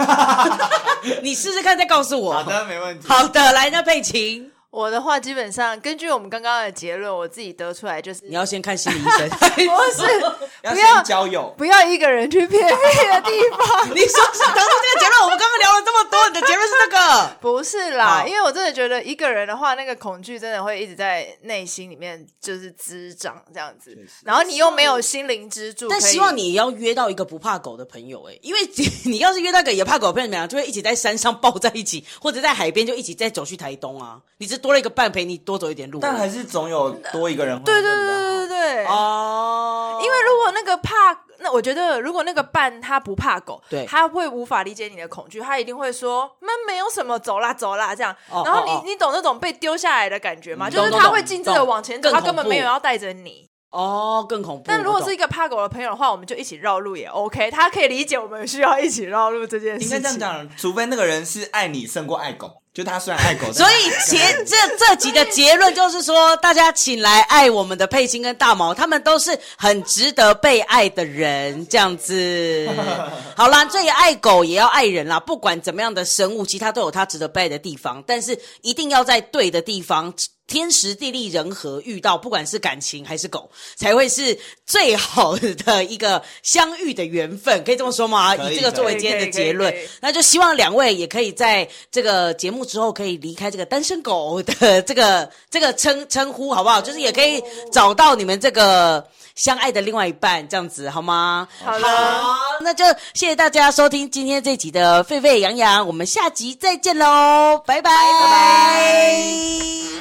[SPEAKER 1] 你试试看再告诉我。
[SPEAKER 3] 好的没问题。
[SPEAKER 1] 好的，来，那佩琴，
[SPEAKER 2] 我的话，基本上根据我们刚刚的结论，我自己得出来就是，
[SPEAKER 1] 你要先看心理医生。不
[SPEAKER 2] 不是
[SPEAKER 3] 要
[SPEAKER 2] 不要
[SPEAKER 3] 先交友，
[SPEAKER 2] 不要一个人去偏僻的地 方。
[SPEAKER 1] 你说是得出这个结论，我们刚刚聊了这么多，你的结论是这个。
[SPEAKER 2] 不是啦，
[SPEAKER 1] 好
[SPEAKER 2] 因为我真的觉得一个人的话，那个恐惧真的会一直在内心里面就是滋长这样子，然后你又没有心灵支柱，
[SPEAKER 1] 但
[SPEAKER 2] 可以
[SPEAKER 1] 希望你要约到一个不怕狗的朋友、欸， 因为你要是约到一个也怕狗的朋友，你们俩就会一起在山上抱在一起，或者在海边就一起再走去台东啊。你只多了一个伴陪你多走一点路而已，
[SPEAKER 3] 但还是总有多一个人会
[SPEAKER 2] 对
[SPEAKER 3] 认
[SPEAKER 2] 对
[SPEAKER 3] 得
[SPEAKER 2] 对对对对，
[SPEAKER 1] 哦，
[SPEAKER 2] 因为如果那个怕，那我觉得如果那个伴他不怕狗，
[SPEAKER 1] 对
[SPEAKER 2] 他会无法理解你的恐惧，他一定会说那没有什么，走啦走啦这样。
[SPEAKER 1] 哦
[SPEAKER 2] 然后
[SPEAKER 1] 哦
[SPEAKER 2] 你、
[SPEAKER 1] 哦
[SPEAKER 2] 你懂那种被丢下来的感觉吗？
[SPEAKER 1] 嗯
[SPEAKER 2] 就是
[SPEAKER 1] 懂
[SPEAKER 2] 他
[SPEAKER 1] 懂
[SPEAKER 2] 会
[SPEAKER 1] 懂
[SPEAKER 2] 径自的往前走，
[SPEAKER 1] 更
[SPEAKER 2] 他
[SPEAKER 1] 恐
[SPEAKER 2] 根本没有
[SPEAKER 1] 怖
[SPEAKER 2] 要带着你。
[SPEAKER 1] 哦更恐怖。
[SPEAKER 2] 但如果
[SPEAKER 1] 我
[SPEAKER 2] 是
[SPEAKER 1] 懂
[SPEAKER 2] 一个怕狗的朋友的话，我们就一起绕路也 OK，他可以理解我们需要一起绕路这件事
[SPEAKER 3] 应
[SPEAKER 2] 情。
[SPEAKER 3] 该这样讲，除非那个人是爱你胜过爱狗，就他虽 然爱狗，
[SPEAKER 1] 所以前这这集的结论就是说，大家请来爱我们的佩欣跟大毛，他们都是很值得被爱的人，这样 子。好啦，这也爱狗也要爱人啦，不管怎么样的生物，其他都有它值得被爱的地方，但是一定要在对的地方。天时地利人和遇到，不管是感情还是狗，才会是最好的一个相遇的缘分，可以这么说吗？
[SPEAKER 3] 可以
[SPEAKER 1] 以这个作为今天的
[SPEAKER 2] 可以可以
[SPEAKER 1] 结论
[SPEAKER 2] 可以，
[SPEAKER 1] 那就希望两位也可以在这个节目之后，可以离开这个单身狗的这个这个称称呼，好不好？就是也可以找到你们这个相爱的另外一半，这样子好吗？
[SPEAKER 2] 好了，
[SPEAKER 1] 那就谢谢大家收听今天这集的沸沸扬扬，我们下集再见喽，拜拜。拜拜